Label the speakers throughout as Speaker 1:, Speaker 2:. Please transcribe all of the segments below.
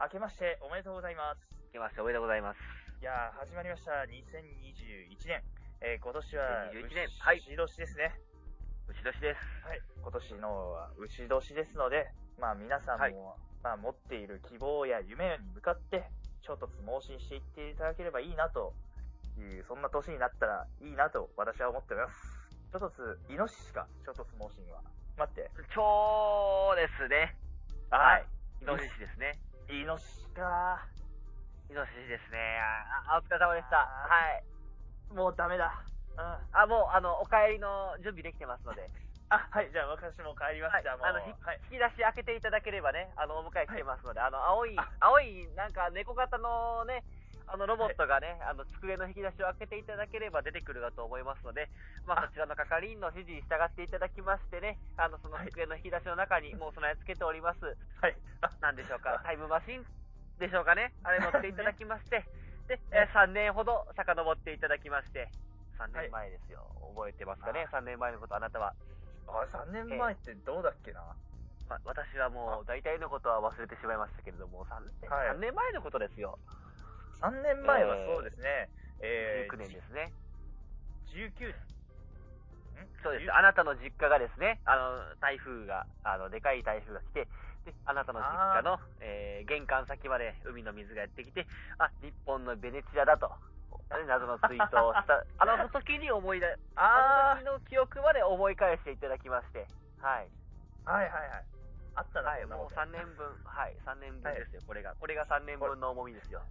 Speaker 1: 明けましておめでとうございます。
Speaker 2: 明けましておめでとうございます。
Speaker 1: いやー、始まりました。2021年。えー、今年は、
Speaker 2: 2021年はい
Speaker 1: 牛年ですね。
Speaker 2: 牛年です。
Speaker 1: はい。今年のは牛年ですので、まあ皆さんも、
Speaker 2: はい
Speaker 1: まあ持っている希望や夢に向かって、ちょっと盲信していっていただければいいなという、そんな年になったらいいなと私は思っております。ちょっとつ、イノシシか、ちょっとつ盲信は。待って。
Speaker 2: そうですね。
Speaker 1: は
Speaker 2: はいい。イノシシですね。
Speaker 1: イノシシか
Speaker 2: イノシシですね。あ、あお疲れ様でした。はい。
Speaker 1: もうダメだ。うん。あ、
Speaker 2: あ、もう、あの、お帰りの準備できてますので。
Speaker 1: はい、じゃあ私も帰りま
Speaker 2: はい。
Speaker 1: した。もう
Speaker 2: あの、ひ
Speaker 1: はい。
Speaker 2: 引き出し開けていただければね、あの、お迎え来てますので、あの、青い
Speaker 1: あ、
Speaker 2: 青い、なんか猫型のね、あの、ロボットがね、あの、机の引き出しを開けていただければ出てくるかと思いますので、ま
Speaker 1: あ
Speaker 2: あ、そちらの係員の指示に従っていただきましてね、あの、その机の引き出しの中にもう備え付けております。
Speaker 1: はい。
Speaker 2: なんでしょ
Speaker 1: あ
Speaker 2: うか、タイムマシンでしょうかね、あれ乗っていただきまして、で、えー3年ほど遡っていただきまして、3年前ですよ、覚えてますかね、3年前のこと、あなたは、
Speaker 1: あ、3年前ってどうだっけな、
Speaker 2: まあ私はもう大体のことは忘れてしまいましたけれども、3年,、
Speaker 1: はい
Speaker 2: 3年前のことですよ、
Speaker 1: ?3 年前はそうですね。えー、
Speaker 2: 19年ですね、
Speaker 1: 19年ん
Speaker 2: そうです、
Speaker 1: 19
Speaker 2: あなたの実家がですね、あの台風が、あのでかい台風が来て、であなたの実家の、えー玄関先まで海の水がやってきて、あ日本のベネチアだと、ね謎のツイートをした、あの時に思い出、あ
Speaker 1: あ
Speaker 2: の時の記憶まで思い返していただきまして、はい、
Speaker 1: ー、はいはいはい。あったな、
Speaker 2: はい、
Speaker 1: そんなこ
Speaker 2: もう
Speaker 1: と
Speaker 2: 3年分、はい、3年
Speaker 1: は
Speaker 2: 分
Speaker 1: い
Speaker 2: ですよ、これが、これが3年分の重みですよ、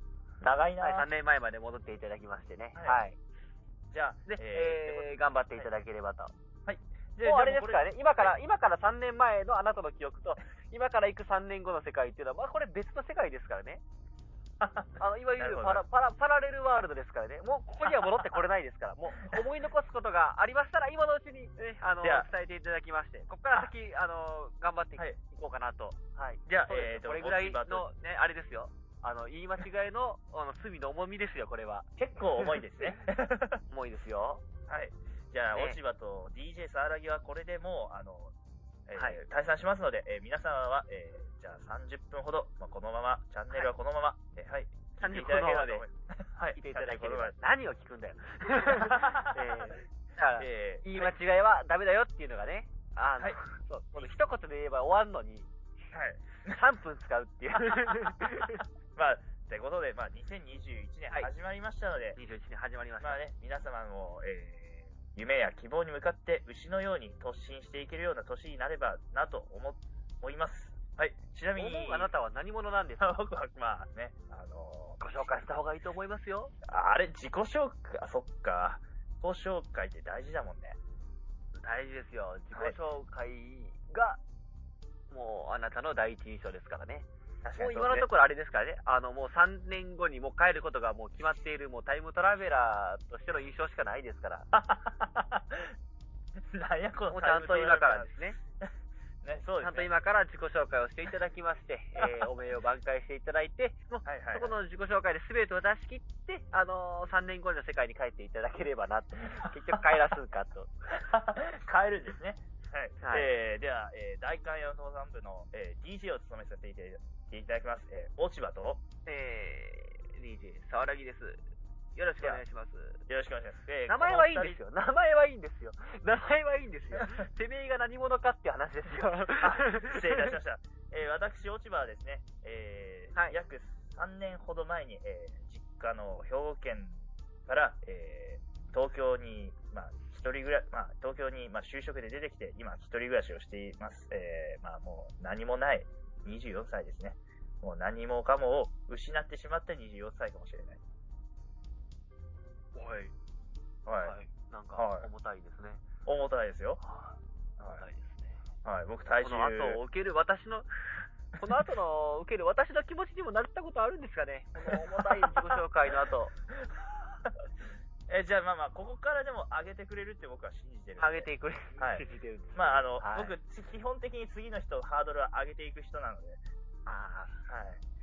Speaker 1: 長いな、
Speaker 2: はい、3年前まで戻っていただきましてね、
Speaker 1: は
Speaker 2: はいい、
Speaker 1: じゃあ、
Speaker 2: で、
Speaker 1: え
Speaker 2: えー頑張っていただければと。
Speaker 1: ー
Speaker 2: もうあれですから
Speaker 1: ね。
Speaker 2: ね、今から、今から3年前のあなたの記憶と、今から行く3年後の世界っていうのは、まあ、これ別の世界ですからね。あの、いわゆ
Speaker 1: なる
Speaker 2: る
Speaker 1: ほど
Speaker 2: パラパラパラレルワールドですからね。もう、ここには戻ってこれないですから、もう、思い残すことがありましたら、今のうちに、ね、あの、
Speaker 1: じゃあ
Speaker 2: 伝えていただきまして、ここから先、あの、頑張って い
Speaker 1: はい
Speaker 2: こうかなと。はい。
Speaker 1: じゃあ
Speaker 2: そうです
Speaker 1: えーと
Speaker 2: これぐらい
Speaker 1: ぼちぼ
Speaker 2: の、ね、あれですよ。あの、言い間違いの、あの、罪の重みですよ、これは。
Speaker 1: 結構重いですね。
Speaker 2: 重いですよ。
Speaker 1: はい。じゃあ、
Speaker 2: ね
Speaker 1: 落ち葉と DJ サーラギはこれでもう、あの、えー
Speaker 2: はい
Speaker 1: 退散しますので、えー皆様は、えーじゃあ30分ほど、まあ、このまま、チャンネルはこのまま、えーはい、
Speaker 2: 30
Speaker 1: 聞いていただければと思い
Speaker 2: こ
Speaker 1: ます。はい、
Speaker 2: 聞いていただけ
Speaker 1: 30分
Speaker 2: れ
Speaker 1: ほど
Speaker 2: ば
Speaker 1: で。
Speaker 2: 何を聞くんだよ。えー だから
Speaker 1: えー
Speaker 2: 言い間違いはダメだよっていうのがね、あの、
Speaker 1: はい
Speaker 2: そう、この一言で言えば終わるのに、
Speaker 1: はい。
Speaker 2: 3分使う っていう。
Speaker 1: まあ、ということで、まあ、2021年
Speaker 2: はい
Speaker 1: 始まりましたので、
Speaker 2: 21年始まりました。
Speaker 1: まあね、皆様も、えー夢や希望に向かって牛のように突進していけるような年になればなと思思います。はい、ちなみに、
Speaker 2: 思うあなたは何者なんです か
Speaker 1: 僕はまあね、あの
Speaker 2: ご紹介した方がいいと思いますよ。
Speaker 1: ーあれ、自己紹介、あ、そっか。自己紹介って大事だもんね。
Speaker 2: 大事ですよ。自己紹介が、もうあなたの第一印象ですからね。
Speaker 1: 確か
Speaker 2: もう
Speaker 1: にそう
Speaker 2: 今の
Speaker 1: ですね
Speaker 2: ところあれですからね、あのもう3年後にもう帰ることがもう決まっている、もうタイムトラベラーとしての印象しかないですから、
Speaker 1: なんやこの
Speaker 2: もうちゃんと今から
Speaker 1: ね
Speaker 2: ですね。
Speaker 1: そうですね。
Speaker 2: ちゃんと今から自己紹介をしていただき まして、えー、お名を挽回していただいて、もう
Speaker 1: はいはいはい
Speaker 2: そこの自己紹介で全てを出し切って、あのー、3年後の世界に帰っていただければ なと。結局帰らすんかと。
Speaker 1: 変えるんですね。は。
Speaker 2: はいい
Speaker 1: えー、では、えー、大観葉登山部の、えー、DJ を務めさせていただきます。えー、落ち葉と、よ
Speaker 2: えー、DJ、沢良木です。よろしくお願いします。
Speaker 1: ろしくお願いします。えー
Speaker 2: 名前はいいんです
Speaker 1: よ。
Speaker 2: よ。名前はいいんですよ。名前はいいんですよ。てめえが何者かって話ですよ。
Speaker 1: あ失礼いたしました。えー、私、落ち葉はですね、えー
Speaker 2: はい
Speaker 1: 約3年ほど前に、えー、実家の兵庫県から、えー、東京に、まあ、一人ぐらい、まあ、東京に、まあ、就職で出てきて、今、一人暮らしをしています。えー、まあ、もう、何もない、24歳ですね。もう何もかもを失ってしまった24歳かもしれない。
Speaker 2: おい。
Speaker 1: はい。
Speaker 2: はい。なんか
Speaker 1: はい、
Speaker 2: 重たいですね。
Speaker 1: 重たいですよ。
Speaker 2: 重た
Speaker 1: はい
Speaker 2: ですね。
Speaker 1: い。はい、僕、体重
Speaker 2: こ。の後を受ける私 の、この後の受ける私の気持ちにもなったことあるんですかね、この重たい自己紹介 の後
Speaker 1: えじゃあまあまあ、ここからでも上げてくれるって僕は信じてるんで。
Speaker 2: 上げていくれ、
Speaker 1: はい
Speaker 2: 信じてるんですね
Speaker 1: まああの、
Speaker 2: はい
Speaker 1: 僕、つ基本的に次の人、ハードルは上げていく人なので、はい。
Speaker 2: あ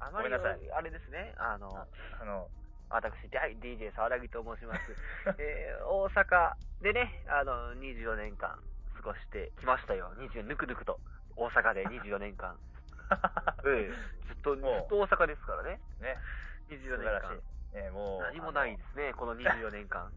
Speaker 2: ああま
Speaker 1: ごめ
Speaker 2: り
Speaker 1: んなさい
Speaker 2: あれですね、あの
Speaker 1: あ の、
Speaker 2: 私、D- DJ 沢良木と申します、 えー大阪でね、あの24年間過ごしてきましたよ、24ぬくぬくと、大阪で24年間、うんずっと、ずっと大阪ですからね。
Speaker 1: ね。素
Speaker 2: 24
Speaker 1: 晴
Speaker 2: 年
Speaker 1: らし
Speaker 2: 間。
Speaker 1: い。ね、もう。
Speaker 2: 何もないですね、この24年間。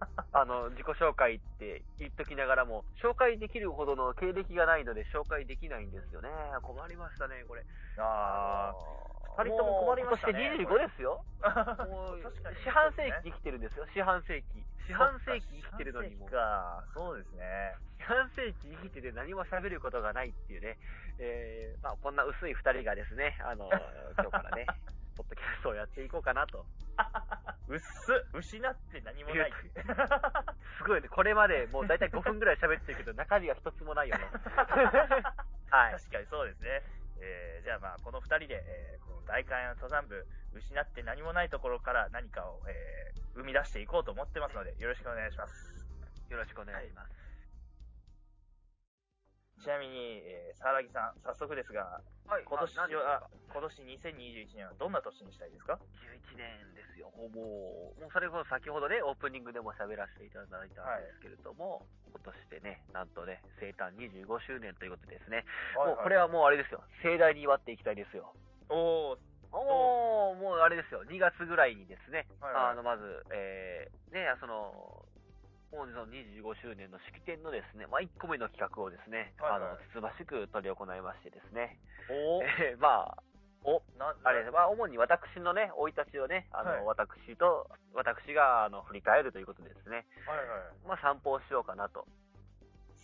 Speaker 2: あの、自己紹介って言っときながらも、紹介できるほどの経歴がないので紹介できないんですよね。困りましたね、これ。
Speaker 1: あの。あ
Speaker 2: あのー
Speaker 1: 二人とも困りましたね
Speaker 2: もう今年で25ですよ。
Speaker 1: あ。
Speaker 2: もう、
Speaker 1: 確かに
Speaker 2: 四半世紀生きてるんですよ、四半世紀。四半世紀生きてるのに
Speaker 1: そ
Speaker 2: も。
Speaker 1: うか、そうですね。
Speaker 2: 四半世紀生きてて何も喋ることがないっていうね。えー、まあ、こんな薄い二人がですね、あの、今日 からね、ポッドキャストをやっていこうかなと。
Speaker 1: うっす、失って何も ない。
Speaker 2: すごいね、これまでもう 大体5分ぐらい喋ってるけど、中身が一つもないよね。はい。
Speaker 1: 確かにそうですね。えーじゃあまあ、この二人で、えーこの大海の登山部、失って何もないところから何かを、えー生み出していこうと思ってますので、よろしくお願いします。
Speaker 2: よろしくお願いします。
Speaker 1: ちなみに、えー、沢木さん、早速ですが、
Speaker 2: はい
Speaker 1: 今年は、
Speaker 2: は
Speaker 1: 今年2021年はどんな年にしたいですか
Speaker 2: 11年ですよ。もう、もうそれこそ先ほどね、オープニングでも喋らせていただいたんですけれども、今年でね、なんとね、生誕25周年ということでですね、もうこれはもうあれですよ、盛大に祝っていきたいですよ。
Speaker 1: おー、
Speaker 2: おー、もうあれですよ、2月ぐらいにですね、
Speaker 1: はいはい
Speaker 2: あの、まず、えー、ね、その、もうその25周年の式典のですね、まあ、1個目の企画をですね、
Speaker 1: はいはい
Speaker 2: あの、つつましく執り行いましてですね、
Speaker 1: おー、
Speaker 2: えーまあ、お、
Speaker 1: な、
Speaker 2: あれです、まあ、主に私のね、生い立ちをね、あの、
Speaker 1: はい
Speaker 2: 私と、私が、あの、振り返るということでですね、
Speaker 1: はいはい。
Speaker 2: まあ、散歩をしようかなと。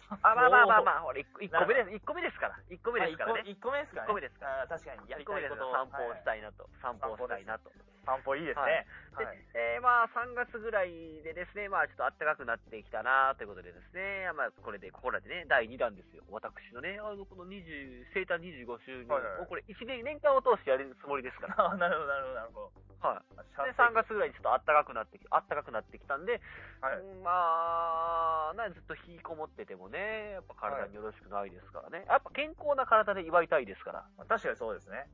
Speaker 2: あ、まあまあまあまあ、ほら、1個一個目です、1個目ですから、1個目ですからね。
Speaker 1: 1個目ですからね。
Speaker 2: 一個目です
Speaker 1: から。確かに、やり
Speaker 2: 1個
Speaker 1: た
Speaker 2: 目
Speaker 1: い
Speaker 2: です
Speaker 1: こ
Speaker 2: から
Speaker 1: と
Speaker 2: 散歩をし
Speaker 1: い。
Speaker 2: たいなと。散歩をしたいなと。
Speaker 1: 散歩いいですね。
Speaker 2: で、
Speaker 1: はい
Speaker 2: えーまあ3月ぐらいでですね、まあちょっと暖かくなってきたなということでですね、まあこれで、ここらでね、第2弾ですよ。私のね、あの、この20、生誕25周年
Speaker 1: はいはいはい
Speaker 2: を、これ1年、年間を通してやるつもりですから。
Speaker 1: あ なるほど、なるほど、なるほど。
Speaker 2: はい。
Speaker 1: あ
Speaker 2: で、3月ぐらいにちょっと暖かくなってき、暖かくなってきたんで、
Speaker 1: はい。
Speaker 2: まあ、なずっと引きこもっててもね、やっぱ体によろしくないですからね。やっぱ健康な体で祝いたいですから。
Speaker 1: まあ確かにそうですね。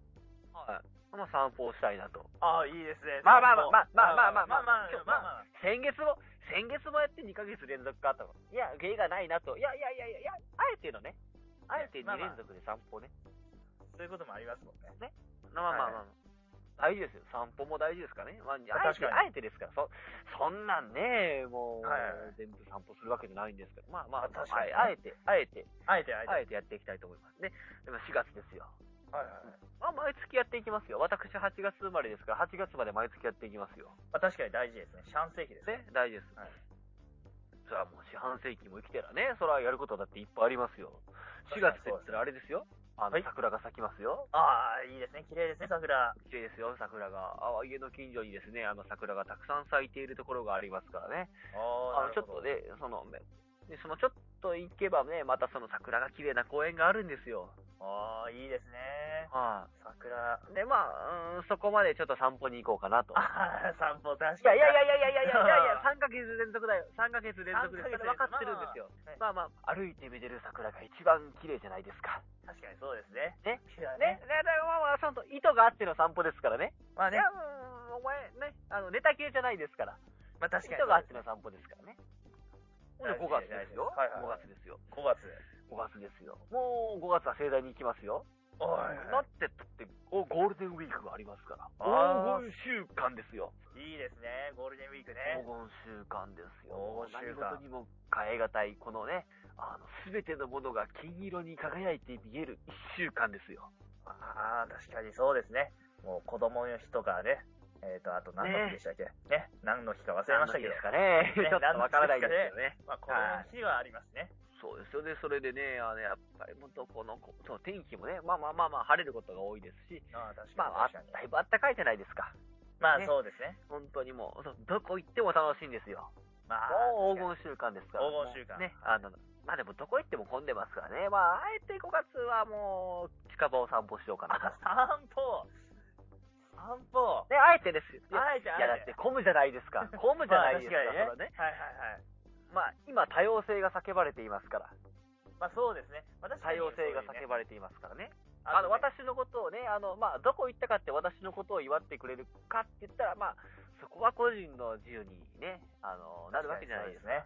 Speaker 2: はい。まあ散歩をしたいなと。
Speaker 1: ああ、いいですね。
Speaker 2: まあまあまあまあまあまあ
Speaker 1: まあまあ
Speaker 2: まあ
Speaker 1: まあまあまあまあまあまあ
Speaker 2: 先月も、先月もやって2ヶ月連続かと。いや、芸がないなと。いやいやいやいやいや、あえてのね。あえて2
Speaker 1: まあまあ
Speaker 2: 連続で散歩ね。
Speaker 1: そういうこともありますもんね。
Speaker 2: まあまあまあまあ。大事ですよ。散歩も大事ですからね。まあ、あえ
Speaker 1: 確
Speaker 2: て、
Speaker 1: かに
Speaker 2: あえてですから。そ、そんなんね、もう、
Speaker 1: はいはいはい
Speaker 2: 全部散歩するわけじゃないんですけど。まあまあ、
Speaker 1: 確かにね
Speaker 2: あえて、あえて、
Speaker 1: あえて、あえて。
Speaker 2: あえてやっていきたいと思いますね。でも4月ですよ。
Speaker 1: はいはいはい。
Speaker 2: まあ、毎月やっていきますよ。私8月生まれですから、8月まで毎月やっていきますよ。
Speaker 1: まあ確かに大事ですね。シャンセーキですね。
Speaker 2: ね、大事です。
Speaker 1: はい
Speaker 2: それはもう四半世紀も生きてらね、それはやることだっていっぱいありますよ。4月って言ったらあれですよ。あの、
Speaker 1: はい
Speaker 2: 桜が咲きますよ。
Speaker 1: ああ、いいですね。綺麗ですね、桜。
Speaker 2: 綺麗ですよ、桜が。あ家の近所にですね、あの桜がたくさん咲いているところがありますからね。あ
Speaker 1: あ
Speaker 2: の、ちょっとね、その、ねでそのちょっと行けばね、またその桜が綺麗な公園があるんですよ。
Speaker 1: ああ、いいですね。
Speaker 2: は
Speaker 1: 桜。
Speaker 2: い。で、まあ、うーん、そこまでちょっと散歩に行こうかなと。
Speaker 1: ああ、散歩確
Speaker 2: いや
Speaker 1: か
Speaker 2: い
Speaker 1: に。
Speaker 2: やいやいやいやいやいやいや、3ヶ月連続だよ。3ヶ月連続です。それ分かってるんですよ。まあまあ、歩いて見れる桜が一番綺麗じゃないですか。
Speaker 1: 確かにそうですね。
Speaker 2: ね
Speaker 1: いや
Speaker 2: ね、ね、だからまあまあ、ちゃんと意図があっての散歩ですからね。
Speaker 1: まあ
Speaker 2: い
Speaker 1: ね
Speaker 2: や、。うん、お前ね、あの、ネタ系じゃないですから。
Speaker 1: まあ確かに。
Speaker 2: 意図があっての散歩ですからね。ほんで
Speaker 1: 大事
Speaker 2: 5月ですよ。
Speaker 1: 大事はいはい
Speaker 2: 5月ですよ。
Speaker 1: 5月。
Speaker 2: 5月ですよ。もう5月は盛大に行きますよ。
Speaker 1: お
Speaker 2: なってったって、おゴールデンウィークがありますから。
Speaker 1: あ
Speaker 2: 黄金週間ですよ。
Speaker 1: い。いいですね。ゴールデンウィーク
Speaker 2: 黄
Speaker 1: ね。
Speaker 2: 金週間ですよ。
Speaker 1: 黄金
Speaker 2: 何
Speaker 1: 週間
Speaker 2: 事にも変え難い、このね、あの、すべてのものが金色に輝いて見える一週間ですよ。
Speaker 1: ああ、確かにそうですね。もう子供の日とかね。えっと、あと何の日でしたっけね。何の日か忘れましたけど
Speaker 2: 何の日で。す
Speaker 1: ね
Speaker 2: かね。ちょっとわからないですけどね。
Speaker 1: まあ、この日はありますね。
Speaker 2: そうですよね。それでね、あの、やっぱりもうどこのこ、そう、天気もね、まあまあまあまあ晴れることが多いですし、
Speaker 1: ああ、確か
Speaker 2: ま
Speaker 1: に
Speaker 2: あ、あ
Speaker 1: 確かに。
Speaker 2: だいぶあったかいじゃないですか。
Speaker 1: ま
Speaker 2: ね
Speaker 1: あ、そうですね。
Speaker 2: 本当にもう、そうどこ行っても楽しいんですよ。
Speaker 1: まあ、
Speaker 2: もう
Speaker 1: 確かに
Speaker 2: 黄金週間ですから。
Speaker 1: 黄金週間
Speaker 2: ね、あの、まあでもどこ行っても混んでますからね。まあ、あえて5月はもう、近場を散歩しようかなと。
Speaker 1: あ、散歩散歩
Speaker 2: ね、あえてですよ。いや、
Speaker 1: あえてあ
Speaker 2: いやだ
Speaker 1: え
Speaker 2: ってて。混むじゃないです か。混むじゃないですか。
Speaker 1: まあ
Speaker 2: そ
Speaker 1: 確
Speaker 2: れはね
Speaker 1: にはいはいはい。
Speaker 2: まあ、今、多様性が叫ばれていますから。
Speaker 1: まあそうですね。まあ確
Speaker 2: 多
Speaker 1: かに
Speaker 2: 様性が
Speaker 1: そういうね
Speaker 2: 叫ばれていますからね。
Speaker 1: あ
Speaker 2: あの、
Speaker 1: とね
Speaker 2: 私のことをね、あの、まあ、どこ行ったかって私のことを祝ってくれるかって言ったら、まあ、そこは個人の自由にね、あの、なるわけじゃないですか。
Speaker 1: ね。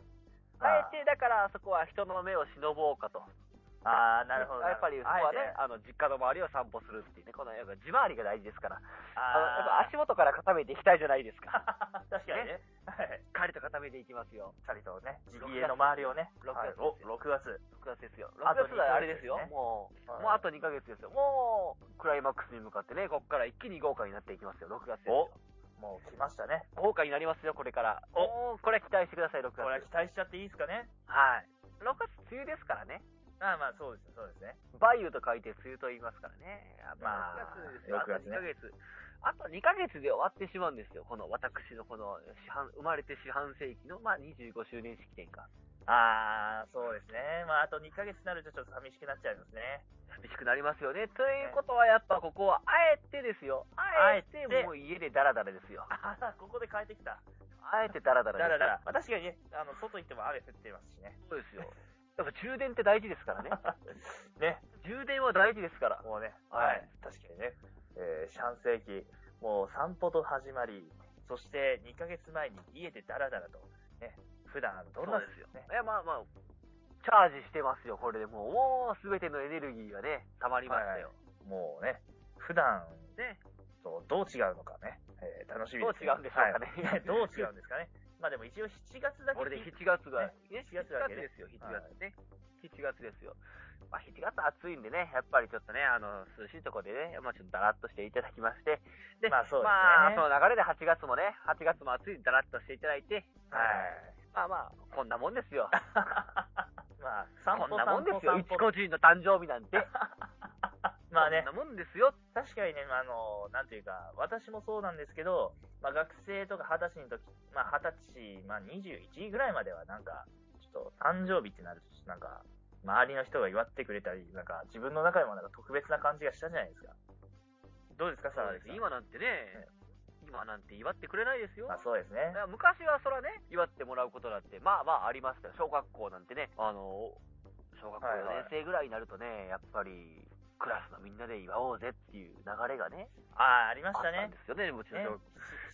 Speaker 2: あえて、だから、そこは人の目を忍ぼうかと。
Speaker 1: あー、なるほど。
Speaker 2: やっぱりそこはね、
Speaker 1: あ
Speaker 2: あの、実家の周りを散歩するっていうね、この、やっぱ地回りが大事ですから。あの、やっぱ
Speaker 1: えて
Speaker 2: 足元から固めていきたいじゃないですか。
Speaker 1: あー確かにね。はい。
Speaker 2: しっかりと固めていきますよ。
Speaker 1: しっかりとね、地家の周りをね、
Speaker 2: 6
Speaker 1: はい
Speaker 2: 月
Speaker 1: お、6月。
Speaker 2: 6月ですよ。6
Speaker 1: あと
Speaker 2: 月はあれですよ
Speaker 1: 二ヶ月です。ね
Speaker 2: もう、
Speaker 1: はい
Speaker 2: もうあと2ヶ月ですよ。もう、クライマックスに向かってね、こっから一気に豪華になっていきますよ、6月ですよ。
Speaker 1: もう来ましたね。
Speaker 2: 豪華になりますよ、これから。
Speaker 1: お
Speaker 2: もうこれは期待してください、6月。
Speaker 1: これは期待しちゃっていいですかね
Speaker 2: はい。6月、梅雨ですからね。
Speaker 1: まあまあ、そうですね、そうですね。
Speaker 2: 梅雨と書いて梅雨と言いますからね。
Speaker 1: まあ
Speaker 2: 6
Speaker 1: 6月
Speaker 2: 月ですよ。あと2
Speaker 1: ね
Speaker 2: ヶ月。あと2ヶ月で終わってしまうんですよ。この私のこの四半、生まれて四半世紀の、まあ25周年式典が。
Speaker 1: あー、そうですね。まあ、あと2ヶ月になるとちょっと寂しくなっちゃいますね。
Speaker 2: 寂しくなりますよね。ということはやっぱここは、あえてですよ。あえ
Speaker 1: あ
Speaker 2: て
Speaker 1: えて
Speaker 2: もう家でダラダラですよ。
Speaker 1: あー、ここで変えてきた。
Speaker 2: あえてダラダ
Speaker 1: だ
Speaker 2: ラです
Speaker 1: ら
Speaker 2: よ。
Speaker 1: だら。まあ、確かにね、あの、外行っても雨降ってますしね。
Speaker 2: そうですよ。やっぱ充電って大事ですから ね。
Speaker 1: ね、
Speaker 2: 充電は大事ですから。
Speaker 1: もうね、
Speaker 2: は
Speaker 1: はいい、確かにね、えー、四半世紀、もう散歩と始まり、そして2ヶ月前に家でダラダラと、ね、普段どんな、
Speaker 2: そうですよ。
Speaker 1: ね、
Speaker 2: え、まあまあ、チャージしてますよ、これでもう。もうすべてのエネルギーがね、溜まりましたよ。
Speaker 1: もうね、普段
Speaker 2: ね。
Speaker 1: とどう違うのかね、えー楽しみ
Speaker 2: どう
Speaker 1: です
Speaker 2: 違うんでしょうかね。
Speaker 1: はいどう違うんですかね。 まあでも一応7月だけ
Speaker 2: これで7月が、
Speaker 1: ね7月だけね
Speaker 2: ですよ、7月ね。7月ですよ。まあ、7月暑いんでね、やっぱりちょっとね、あの、涼しいとこでね、まあちょっとだらっとしていただきまして、で
Speaker 1: まあそうですね。
Speaker 2: まあ、その流れで8月もね、8月も暑いんでだらっとしていただいて、
Speaker 1: はい。
Speaker 2: まあまあ、こんなもんですよ。
Speaker 1: まあ、散
Speaker 2: こ
Speaker 1: 歩
Speaker 2: んなもんですよ。
Speaker 1: 散
Speaker 2: 一
Speaker 1: 歩散歩
Speaker 2: 個人の誕生日なんて。
Speaker 1: まあね
Speaker 2: こ、んなもんですよ。
Speaker 1: 確かにね、まああの、なんていうか、私もそうなんですけど、まあ、学生とか二十歳の時、まあ、二十歳、まあ、21ぐらいまではなんか、ちょっと誕生日ってなると、なんか、周りの人が祝ってくれたり、なんか、自分の中でもなんか特別な感じがしたじゃないですか。どうですか、
Speaker 2: そ
Speaker 1: 沢
Speaker 2: う
Speaker 1: 井
Speaker 2: で
Speaker 1: さ
Speaker 2: す。
Speaker 1: ん。
Speaker 2: 今なんてね、今なんて祝ってくれないですよ。
Speaker 1: まあ、そうですね。
Speaker 2: だから昔はそらね、祝ってもらうことだって、まあまあありましたよ。小学校なんてね、あの、小学校
Speaker 1: はいはい
Speaker 2: 4年生ぐらいになるとね、やっぱり、クラスのみんなで祝おうぜっていう流れがね、
Speaker 1: ああ、ありま
Speaker 2: あ
Speaker 1: し
Speaker 2: ったたん
Speaker 1: ね
Speaker 2: で。すよね、もちろん
Speaker 1: ね
Speaker 2: 小学校。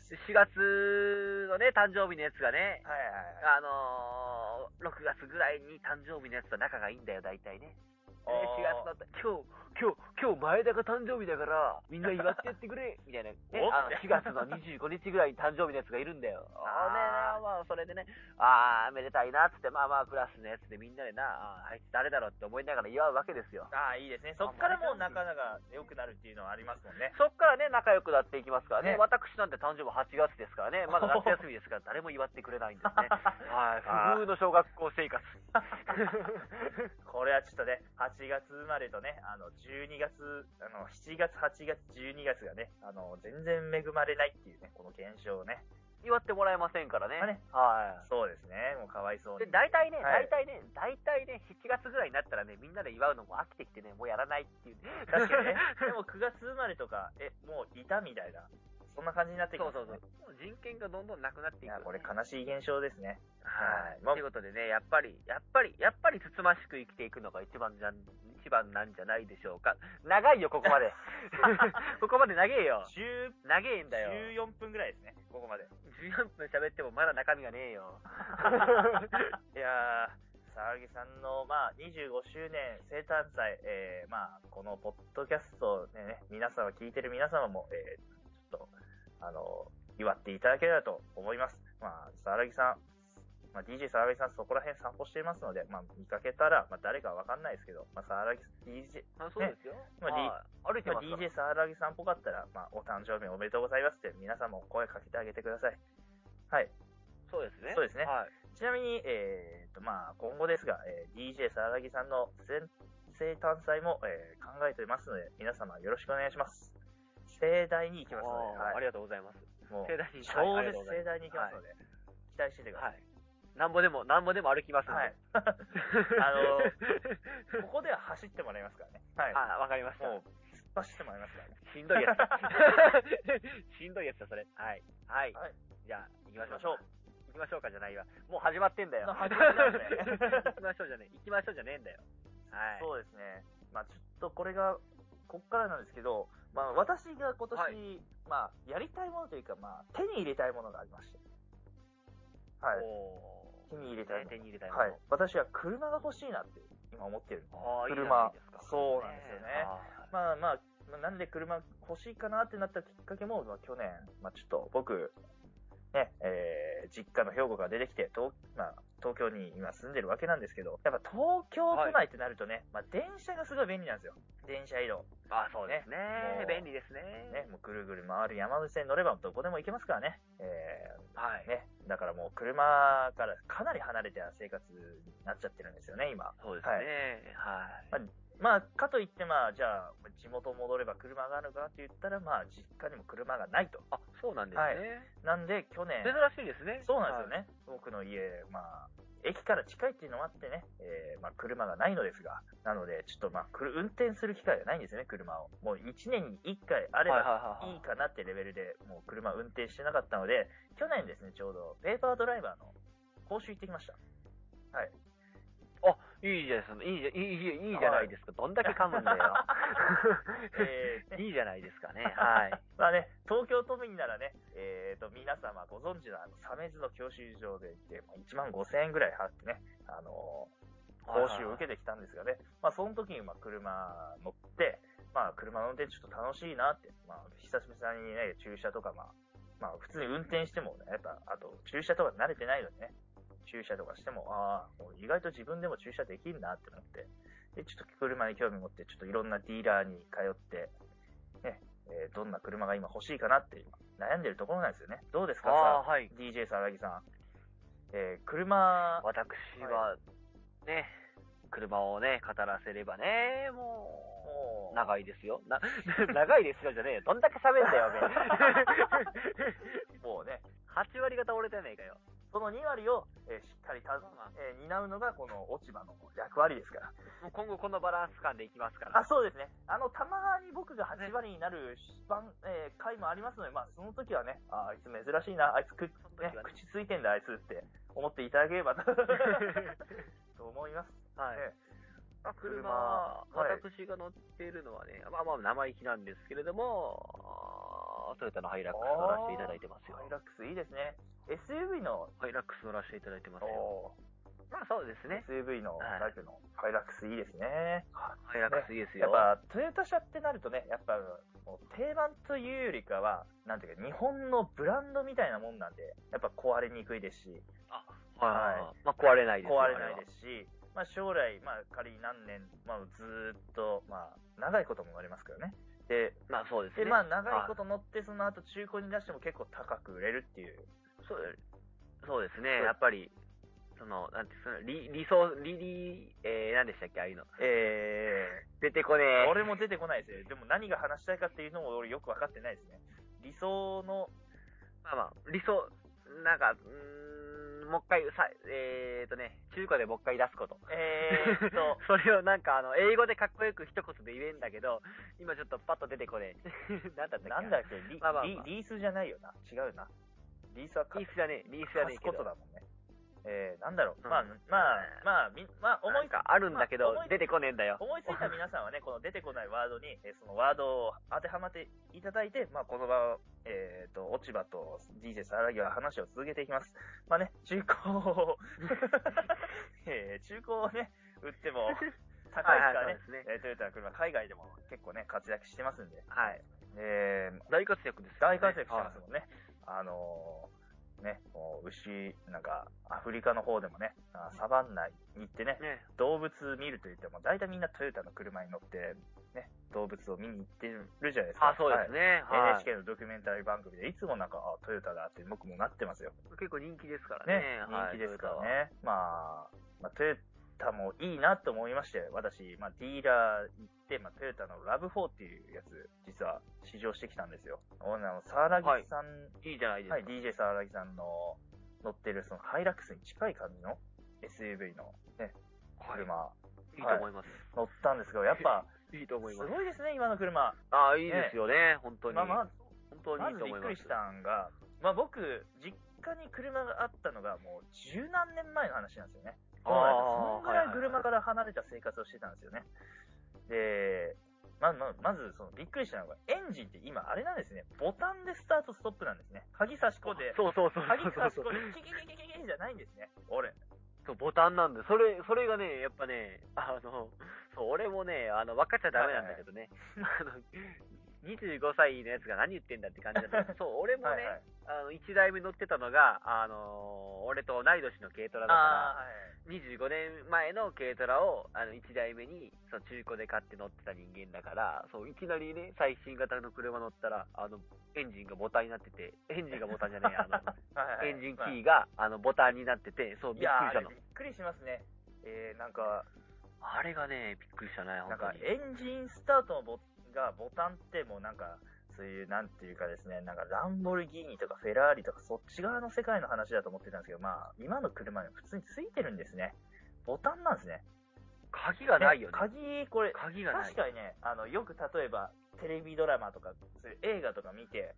Speaker 2: 4月のね、誕生日のやつがね、
Speaker 1: はいはいはい。
Speaker 2: あのー、6月ぐらいに誕生日のやつと仲がいいんだよ、大体ね。で
Speaker 1: おー
Speaker 2: 4月の、今日、今日、今日前田が誕生日だから、みんな祝ってやってくれ、 みたいな、ね。
Speaker 1: お
Speaker 2: あの4月の25日ぐらいに誕生日のやつがいるんだよ。
Speaker 1: あ
Speaker 2: あ
Speaker 1: ー
Speaker 2: ーねま あ、それでね、あー、めでたいな、つって、まあまあ、クラスのやつでみんなでな、あーあいつ誰だろうって思いながら祝うわけですよ。
Speaker 1: ああ、いいですね。そっからもうなかなか良くなるっていうのはありますもんね。
Speaker 2: そっからね、仲良くなっていきますからね。
Speaker 1: ね
Speaker 2: 私なんて誕生日8月ですから ね。まだ夏休みですから、誰も祝ってくれないんです ね。はい、
Speaker 1: あー
Speaker 2: 不遇の小学校生活。
Speaker 1: これはちょっとね、8月生まれとね、あの、12月、あの、7月、8月、12月がね、あの、全然恵まれないっていうね、この現象ね。
Speaker 2: 祝ってもらえませんからね。
Speaker 1: まあね
Speaker 2: は
Speaker 1: そうですね、もうかわいそう
Speaker 2: い。で、
Speaker 1: に。
Speaker 2: 大体ね、
Speaker 1: はい
Speaker 2: 大体ね、大体ね、7月ぐらいになったらね、みんなで祝うのも飽きてきてね、もうやらないっ ていう。
Speaker 1: 確かにね。 でも9月生まれとか、え、もういたみたいな、そんな感じになってき
Speaker 2: そ
Speaker 1: ま
Speaker 2: う
Speaker 1: す、
Speaker 2: そ
Speaker 1: ね。
Speaker 2: うそう。もう人権がどんどんなくなってい
Speaker 1: い
Speaker 2: く、
Speaker 1: や、これ悲しい現象ですね。
Speaker 2: はい。
Speaker 1: まあ
Speaker 2: ということでね、やっぱり、やっぱり、やっぱりつつましく生きていくのが一番じゃん、一番なんじゃないでしょうか。長いよ、ここま で。ここまで長えよ。
Speaker 1: 10
Speaker 2: 長えんだ よ。
Speaker 1: 14分ぐらいですね、ここま で。
Speaker 2: 14分喋ってもまだ中身がね えよ。
Speaker 1: いやー、沢木さんの、まあ、25周年生誕祭、えー、まあ、このポッドキャストでね、皆様、聞いてる皆様も、えー、ちょっと、あの、祝っていただければと思います。まあ、沢木さん、まあ、DJ 沢木さん、そこら辺散歩していますので、まあ、見かけたら、まあ、誰かわかんないですけど、まあ、沢木さん、DJ、
Speaker 2: あそうですよ。
Speaker 1: まあ
Speaker 2: はい歩いて
Speaker 1: ま
Speaker 2: ま
Speaker 1: あ、
Speaker 2: すから
Speaker 1: DJ 沢木さんっぽかったら、まあ、お誕生日おめでとうございますって、皆さんも声かけてあげてください。はい。
Speaker 2: そうですね。
Speaker 1: そうですね
Speaker 2: はい。
Speaker 1: ちなみに、えーと、まあ、今後ですが、えー DJ さらぎさんの生生誕祭も、えー考えておりますので、皆様よろしくお願いします。盛大に行きますので、
Speaker 2: あーあ
Speaker 1: はい
Speaker 2: りがとうございます。
Speaker 1: もう、
Speaker 2: 盛大に
Speaker 1: 超
Speaker 2: はいあり
Speaker 1: 絶
Speaker 2: がとうござ
Speaker 1: 盛
Speaker 2: います
Speaker 1: 大に行きますので、期待しててください。
Speaker 2: はい。なんぼでも、なんぼでも歩きますんで。
Speaker 1: はい。ここでは走ってもらいますからね。はい。
Speaker 2: あ、わかりました。
Speaker 1: もう、突っ走ってもらいますからね。
Speaker 2: しんどいやつ。 しんどいやつだ、それ。はい。はい。
Speaker 1: はい
Speaker 2: じゃあ、行きましょう。
Speaker 1: 行きましょう
Speaker 2: 行きましょうかじゃないわ。もう始まってんだよ。
Speaker 1: 始まってんだよ
Speaker 2: 行きましょうじゃねえ。行きましょうじゃねえんだよ。はい。
Speaker 1: そうですね。まあ、ちょっとこれが、こっからなんですけど、まあ、私が今年、
Speaker 2: は
Speaker 1: まあ、やりたいものというか、まあ、手に入れたいものがありまして。はい。
Speaker 2: お
Speaker 1: 手に入れ
Speaker 2: ー
Speaker 1: たいもの
Speaker 2: 手に入れたいもの。
Speaker 1: はい。私は車が欲しいなって今思ってるんです。
Speaker 2: ああ、いいじゃな
Speaker 1: 車
Speaker 2: いですか。
Speaker 1: そうなんですよね
Speaker 2: ああ
Speaker 1: まあまあ、まあなんで車欲しいかなってなったきっかけも、まあ、去年、まあちょっと僕、ね、えー実家の兵庫から出てきて、東,、まあ、東京に今住んでるわけなんですけど、やっぱ東京都内ってなるとね、まあ電車がすごい便利なんですよ。電車移動。
Speaker 2: ああ、そうですね
Speaker 1: もう。
Speaker 2: 便利ですね。
Speaker 1: ね、もうぐるぐる回る山口線に乗ればどこでも行けますからね。え
Speaker 2: はい
Speaker 1: ー。ね、だからもう車からかなり離れた生活になっちゃってるんですよね、今。
Speaker 2: そうですね。はい。
Speaker 1: まあ、かといって、まあ、じゃあ、地元戻れば車があるかって言ったら、まあ、実家にも車がないと。
Speaker 2: あ、そうなんですね。
Speaker 1: はいなんで、去年、
Speaker 2: 珍しいですね。
Speaker 1: そうなんですよね。僕の家、まあ、駅から近いっていうのもあってね、えーまあ、車がないのですが、なので、ちょっとまあ、くる運転する機会がないんですね、車を。もう1年に1回あ
Speaker 2: はい。
Speaker 1: れ
Speaker 2: はい
Speaker 1: ば
Speaker 2: はいはい
Speaker 1: いいかなってレベルで、もう車運転してなかったので、去年ですね、ちょうど、ペーパードライバーの講習行ってきま した。
Speaker 2: はい。あ、いいじゃないですか。いいじゃいいいいいいじゃないですか。どんだけ噛むんだよ。
Speaker 1: えー
Speaker 2: いいじゃないです かね。はい。
Speaker 1: まあね、東京都民ならね、えー、と、皆様ご存知のあの、サメズの教習所で行って、1万5千円ぐらい払ってね、あのー講習を受けてきたんですがね、まあその時に、まあ車乗って、まあ車の運転ちょっと楽しいなって、まあ久々にね、駐車とかまあ、まあ普通に運転してもね、やっぱ、あと駐車とか慣れてないのでね、駐車とかしても、ああ、もう意外と自分でも駐車できるなって思って、で、ちょっと車に興味持って、ちょっといろんなディーラーに通って、ね、えーどんな車が今欲しいかなって今悩んでるところなんですよね。どうですか
Speaker 2: あ
Speaker 1: さ
Speaker 2: あ、はい。
Speaker 1: DJ さらぎさん。えー車、
Speaker 2: 私は、ね、車をね、語らせればね、も
Speaker 1: も
Speaker 2: う、
Speaker 1: う、
Speaker 2: 長いですよ。な、 長いですよじゃねえよ。どんだけ喋んだよ、おめえ
Speaker 1: もうね、
Speaker 2: 8割が倒れてねえかよ。
Speaker 1: その2割を、えーしっかりた、えー担うのがこの落ち葉の役割ですから。
Speaker 2: もう今後このバランス感でいきますから。
Speaker 1: あ、そうですね。あの、たまに僕が8割になる番、えー回もありますので、まあ、その時はね、ああいつ珍しいな、あいつく、ね
Speaker 2: その時はね
Speaker 1: 口ついてんだ、あいつって思っていただけれ ばとと思います。
Speaker 2: はい。
Speaker 1: ね
Speaker 2: あ車
Speaker 1: 車はい
Speaker 2: 私が乗っているのはね、まあまあ生意気なんですけれども、あートヨタのハイラックス乗らせていただいてますよ
Speaker 1: ハ。イラックスいいですね。SUV の、
Speaker 2: ハイラックス乗らせていただいてますよ。
Speaker 1: お
Speaker 2: まあそうです
Speaker 1: ー
Speaker 2: ね。
Speaker 1: SUV の、
Speaker 2: は
Speaker 1: ライ
Speaker 2: い
Speaker 1: フのハイラックスいいですね。
Speaker 2: ハイラックスいいです
Speaker 1: や
Speaker 2: よ。
Speaker 1: っぱ、トヨタ車ってなるとね、やっぱ、もう定番というよりかは、なんていうか、日本のブランドみたいなもんなんで、やっぱ壊れにくいですし、
Speaker 2: はいはいはい。まあ壊れないですよ
Speaker 1: 壊れない
Speaker 2: あは
Speaker 1: ですし、まあ将来、まあ仮に何年、まあずーっと、まあ長いこともなりますからね。で、
Speaker 2: まあそうです
Speaker 1: で、
Speaker 2: ね。
Speaker 1: まあ長いこと乗って、その後中古に出しても結構高く売れるっていう。
Speaker 2: そうそうです
Speaker 1: そ
Speaker 2: ね、
Speaker 1: う
Speaker 2: やっぱり、その、なんて、その、理、理想、理、理、えー、何でしたっけ、ああいうの。
Speaker 1: え
Speaker 2: 出てこね
Speaker 1: ー、
Speaker 2: え。
Speaker 1: 俺も出てこないですね。でも何が話したいかっていうのも俺よくわかってないですね。理想の、
Speaker 2: まあまあ、理想、なんか、うーん、もう一回、さ、えーとね、中古でもう一回出すこと。
Speaker 1: えーっと、
Speaker 2: それをなんか、あの、英語でかっこよく一言で言えんだけど、今ちょっとパッと出てこねえ。 なんだったっけ
Speaker 1: なんだっけ、リ,リ、
Speaker 2: まあまあまあ
Speaker 1: リースじゃないよな。違うな。リースはか
Speaker 2: リースじゃねえ、リースじゃ
Speaker 1: 貸
Speaker 2: ねえ
Speaker 1: す
Speaker 2: け
Speaker 1: こ
Speaker 2: ど。
Speaker 1: とだもんね。えー、なんだろう。
Speaker 2: うん
Speaker 1: まあ、まあ、まあ、み、まあ、思
Speaker 2: ないん、かあるんだけど
Speaker 1: まあ思い、
Speaker 2: 出てこねえんだよ。
Speaker 1: 思いついた皆さんはね、この出てこないワードに、えーそのワードを当てはまっていただいて、まあ、この場を、えっ、と、落ち葉と DJ さらぎは話を続けていきます。まあね、中古を、 えー中古をね、売っても、高いですから
Speaker 2: は
Speaker 1: ね。
Speaker 2: いはい、そうですね。
Speaker 1: えートヨタの車、海外でも結構ね、活躍してますんで。
Speaker 2: はい。
Speaker 1: えー、
Speaker 2: 大活躍ですよね、
Speaker 1: 大活躍してますもんね。あのーね、もう牛、なんか、アフリカの方でもね、あサバンナに行ってね、
Speaker 2: ね。
Speaker 1: 動物見ると言っても、大体みんなトヨタの車に乗って、ね、動物を見に行ってるじゃないですか。
Speaker 2: あ、そうです
Speaker 1: ね。
Speaker 2: ね。はい
Speaker 1: NHK のドキュメンタリー番組でいつもなんか、あ、トヨタだって僕もなってますよ。
Speaker 2: 結構人気ですから
Speaker 1: ね
Speaker 2: ね。、
Speaker 1: 人気ですからね。まあ、まあ、トヨタもいいなと思いまして、私、まあ、ディーラー行って、まあ、トヨタのラブ4っていうやつ、実は試乗してきたんですよ。オーナーの沢良木さん、
Speaker 2: はい。いいじゃないですか。
Speaker 1: はい、DJ 沢良木さんの乗ってるそのハイラックスに近い感じの SUV のね、車、
Speaker 2: いいと思います。
Speaker 1: 乗ったんですけど、やっぱ、
Speaker 2: いいと思い
Speaker 1: す
Speaker 2: ます。
Speaker 1: ごいですね、今の車。
Speaker 2: ああ、いいですよね、本当に。
Speaker 1: まあまあ、
Speaker 2: 本当に
Speaker 1: ま
Speaker 2: いい
Speaker 1: ず
Speaker 2: と
Speaker 1: び
Speaker 2: 思
Speaker 1: っ
Speaker 2: い
Speaker 1: く
Speaker 2: ま
Speaker 1: り
Speaker 2: す。
Speaker 1: したんが、まあ僕、実家に車があったのがもう十何年前の話なんですよね。そうなんですそん
Speaker 2: ああ
Speaker 1: ぐらい車から離れた生活をしてたんですよね。で、ま、ま、まず、その、びっくりしたのが、エンジンって今、あれなんですね。ボタンでスタートストップなんですね。鍵差し込んで、
Speaker 2: そうそうそう。
Speaker 1: 鍵差し
Speaker 2: そう
Speaker 1: 込んで、キキキキキキじゃないんですね。俺。
Speaker 2: そう、ボタンなんで、それ、それがね、やっぱね、あの、そう、俺もね、あの、分かっちゃダメなんだけどね、あの、25歳のやつが何言ってんだって感じだ った。そう、俺もね、
Speaker 1: はいはい
Speaker 2: あの、1台目乗ってたのが、あの、俺と同い年の軽トラだから、
Speaker 1: あ
Speaker 2: 25年前の軽トラを、あの、1台目に、その中古で買って乗ってた人間だから、そう、いきなりね、最新型の車乗ったら、あの、エンジンがボタンになってて、エンジンがボタンじゃねえ、あの、
Speaker 1: ーはいはいはい
Speaker 2: エンジンキーが、あの、ボタンになってて、そう、びっく
Speaker 1: いやー
Speaker 2: り
Speaker 1: あ
Speaker 2: した
Speaker 1: れび
Speaker 2: の
Speaker 1: っ。くりしますね。えー、なんか、
Speaker 2: あれがね、びっくりしたね、
Speaker 1: な
Speaker 2: 本
Speaker 1: ん
Speaker 2: 当
Speaker 1: か
Speaker 2: に。
Speaker 1: エンジンスタートのボがボタンってもうなんか、そういう、なんていうかですね、なんかランボルギーニとかフェラーリとかそっち側の世界の話だと思ってたんですけど、まあ、今の車には普通についてるんですね。ボタンなんですね。
Speaker 2: 鍵がないよね。
Speaker 1: 鍵、これ、
Speaker 2: 鍵がない
Speaker 1: 確。かにね、あの、よく例えば、テレビドラマとか、そういう映画とか見て、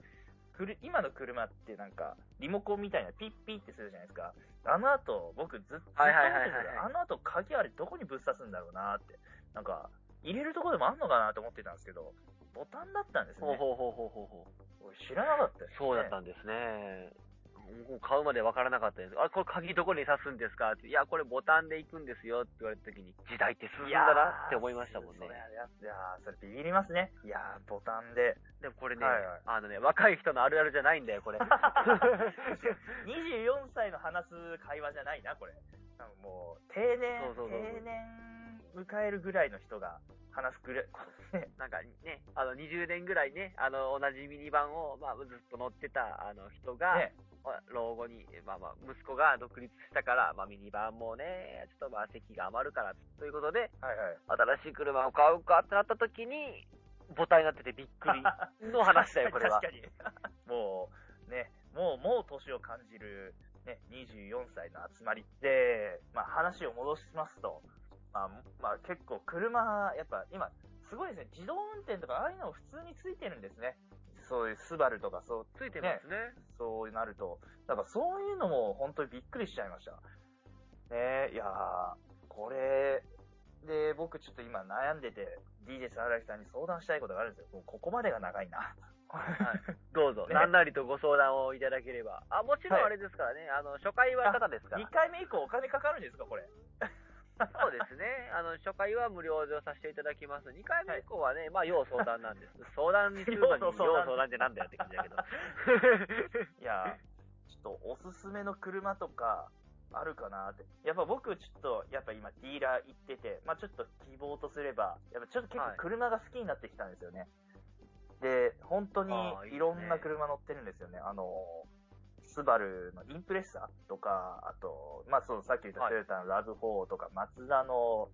Speaker 1: くる今の車ってなんか、リモコンみたいなピッピッってするじゃないですか。あの後、僕ずっとずっと見て
Speaker 2: はいはいはい
Speaker 1: たけ
Speaker 2: はい
Speaker 1: ど、あの後鍵あれどこにぶっ刺すんだろうなって。なんか、入れるとこでもあんのかなと思ってたんですけど、ボタンだったんですね。
Speaker 2: ほうほうほうほうほうほう。
Speaker 1: 俺知らなかったですね
Speaker 2: そうだったんですね。もう買うまでわからなかったです。あ、これ鍵どこに刺すんですかって。いや、これボタンで行くんですよって言われた時に、時代って進ん
Speaker 1: い
Speaker 2: だ
Speaker 1: やー
Speaker 2: なって思いましたもんね
Speaker 1: そ。れいやいやーそれビビりますね。いやーボタンで。
Speaker 2: でもこれね、
Speaker 1: はいはい
Speaker 2: あのね、若い人のあるあるじゃないんだよ、これ。
Speaker 1: 24歳の話す会話じゃないな、これ。なんかもう、定年
Speaker 2: そうそうそうそう
Speaker 1: 定年迎えるぐらいの人が話すぐらい、
Speaker 2: なんか ね、あの、20年ぐらいね、あの、同じミニバンを、まあ、ずっと乗ってた、あの、人が、
Speaker 1: ね、
Speaker 2: まあ老後に、まあまあ、息子が独立したから、まあ、ミニバンもね、ちょっとまあ、席が余るから、ということで、
Speaker 1: はいはい。
Speaker 2: 新しい車を買うかってなった時に、ボタンになっててびっくりの話だよ、これ は。
Speaker 1: 確かに。もう、ね、もう、もう年を感じる、ね、24歳の集まりで、まあ話を戻しますと、まあ、まあ結構車、やっぱ今、すごいですね、自動運転とかああいうの普通についてるんですね。そういうスバルとかそう、
Speaker 2: ついてますね。
Speaker 1: そうなると、だからそういうのも本当にびっくりしちゃいました。ねえ、いやー、これ、で、僕ちょっと今悩んでて、DJ さらきさんに相談したいことがあるんですよ。もうここまでが長いな。
Speaker 2: どうぞ、
Speaker 1: ね
Speaker 2: なんなりとご相談をいただければ。あ、もちろんあれですからね、あの、初回はタダですから
Speaker 1: 2。回目以降お金かかるんですか、これ。
Speaker 2: そうですね。あの、初回は無料でさせていただきます。2回目以降はね、まあ、要相 談なんです。相談にするのに、要
Speaker 1: 要相談
Speaker 2: 相談ってなんだよって感じ だけど。
Speaker 1: いやー、ちょっとおすすめの車とか、あるかなって。やっぱ僕ちょっと、やっぱ今ディーラー行ってて、まあちょっと希望とすれば、やっぱちょっと結
Speaker 2: はい
Speaker 1: 構車が好きになってきたんですよね。で、本当に
Speaker 2: あーいいですね
Speaker 1: いろんな車乗ってるんですよね。あのー、スバルのインプレッサーとか、あと、まあそう、さっき言った
Speaker 2: はい
Speaker 1: トヨタのラブ4とか、マツダの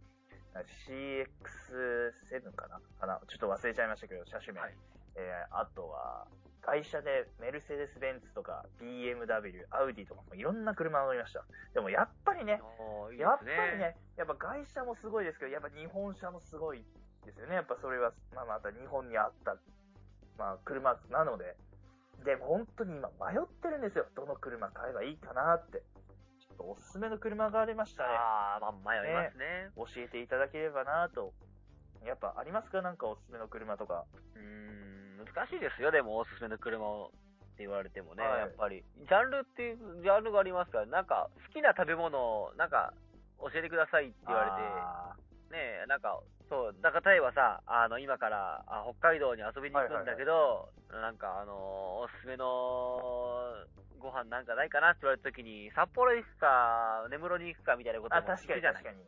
Speaker 1: CX7 かなかなちょっと忘れちゃいましたけど、車種名。
Speaker 2: はい
Speaker 1: えーあとは、会社でメルセデス・ベンツとか BMW、アウディとかもいろんな車乗りました。でもやっぱりね、
Speaker 2: おーいいで
Speaker 1: やっぱ
Speaker 2: す
Speaker 1: りね、やっぱ外車もすごいですけど、やっぱ日本車もすごいですよね。やっぱそれは、まあまた日本にあった、まあ車なので。で、本当に今迷ってるんですよ。どの車買えばいいかなって。ちょっとおすすめの車がありましたね。
Speaker 2: ああ、まあ、迷いますね。
Speaker 1: 教えていただければなと。やっぱありますかなんかおすすめの車とか。
Speaker 2: うーん、難しいですよ、でも、おすすめの車を。って言われてもね、
Speaker 1: はい
Speaker 2: やっぱり。ジャンルっていう、ジャンルがありますから、なんか、好きな食べ物を、なんか、教えてくださいって言われて、
Speaker 1: あ
Speaker 2: ねえ、なんか、そう、だから例えばさ、あの、今から、あ北海道に遊びに行くんだけど、なんか、あのーおすすめの、ご飯なんかないかなって言われた時に、札幌行くか、根室に行くかみたいなこと
Speaker 1: ー
Speaker 2: も
Speaker 1: あ、確か
Speaker 2: 聞く
Speaker 1: に
Speaker 2: じゃない
Speaker 1: 確かに。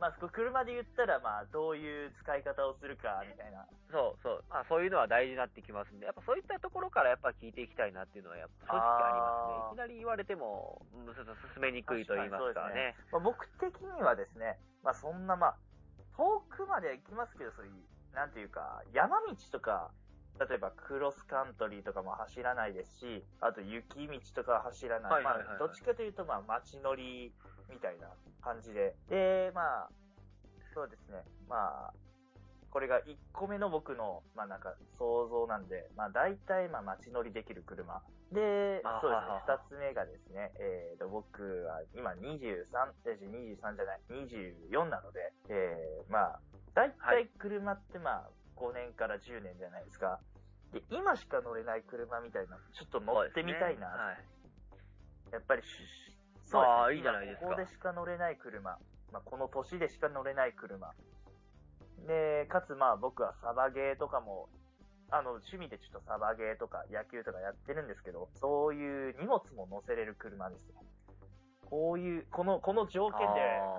Speaker 1: まあ、そこ車で言ったら、まあ、どういう使い方をするか、みたいな。
Speaker 2: そうそう。まあ、そういうのは大事になってきますんで、やっぱそういったところからやっぱ聞いていきたいなっていうのは、やっぱ正直ありますね。いきなり言われても、うんちょっと進めにくいと言いますからね。
Speaker 1: まあ、僕的にはですね、まあ、そんな、まあ、遠くまでは行きますけど、そういう、なんていうか、山道とか、例えばクロスカントリーとかも走らないですし、あと雪道とかは走らな。
Speaker 2: はいいはいはい
Speaker 1: ま
Speaker 2: はい
Speaker 1: あ、どっちかというと、まあ、街乗りみたいな感じで。で、まあ、そうですね。まあ、これが1個目の僕の、まあなんか想像なんで、まあ大体まあ街乗りできる車。で
Speaker 2: あ、
Speaker 1: そうです
Speaker 2: は
Speaker 1: ね
Speaker 2: い。
Speaker 1: 2つ目がですね、えーと、僕は今23、えー23じゃない、24なので、えー、まあ、大
Speaker 2: は
Speaker 1: 体
Speaker 2: い
Speaker 1: 車ってまあ5年から10年じゃないですか。で、今しか乗れない車みたいな、ちょっと乗ってみたいな、
Speaker 2: はい。
Speaker 1: やっぱりし、そう
Speaker 2: ああ
Speaker 1: ですね
Speaker 2: いいじゃないですか
Speaker 1: 今ここでしか乗れない車。まあ、この年でしか乗れない車。で、かつまあ僕はサバゲーとかも、あの、趣味でちょっとサバゲーとか野球とかやってるんですけど、そういう荷物も乗せれる車ですね。こういう、この、この条件で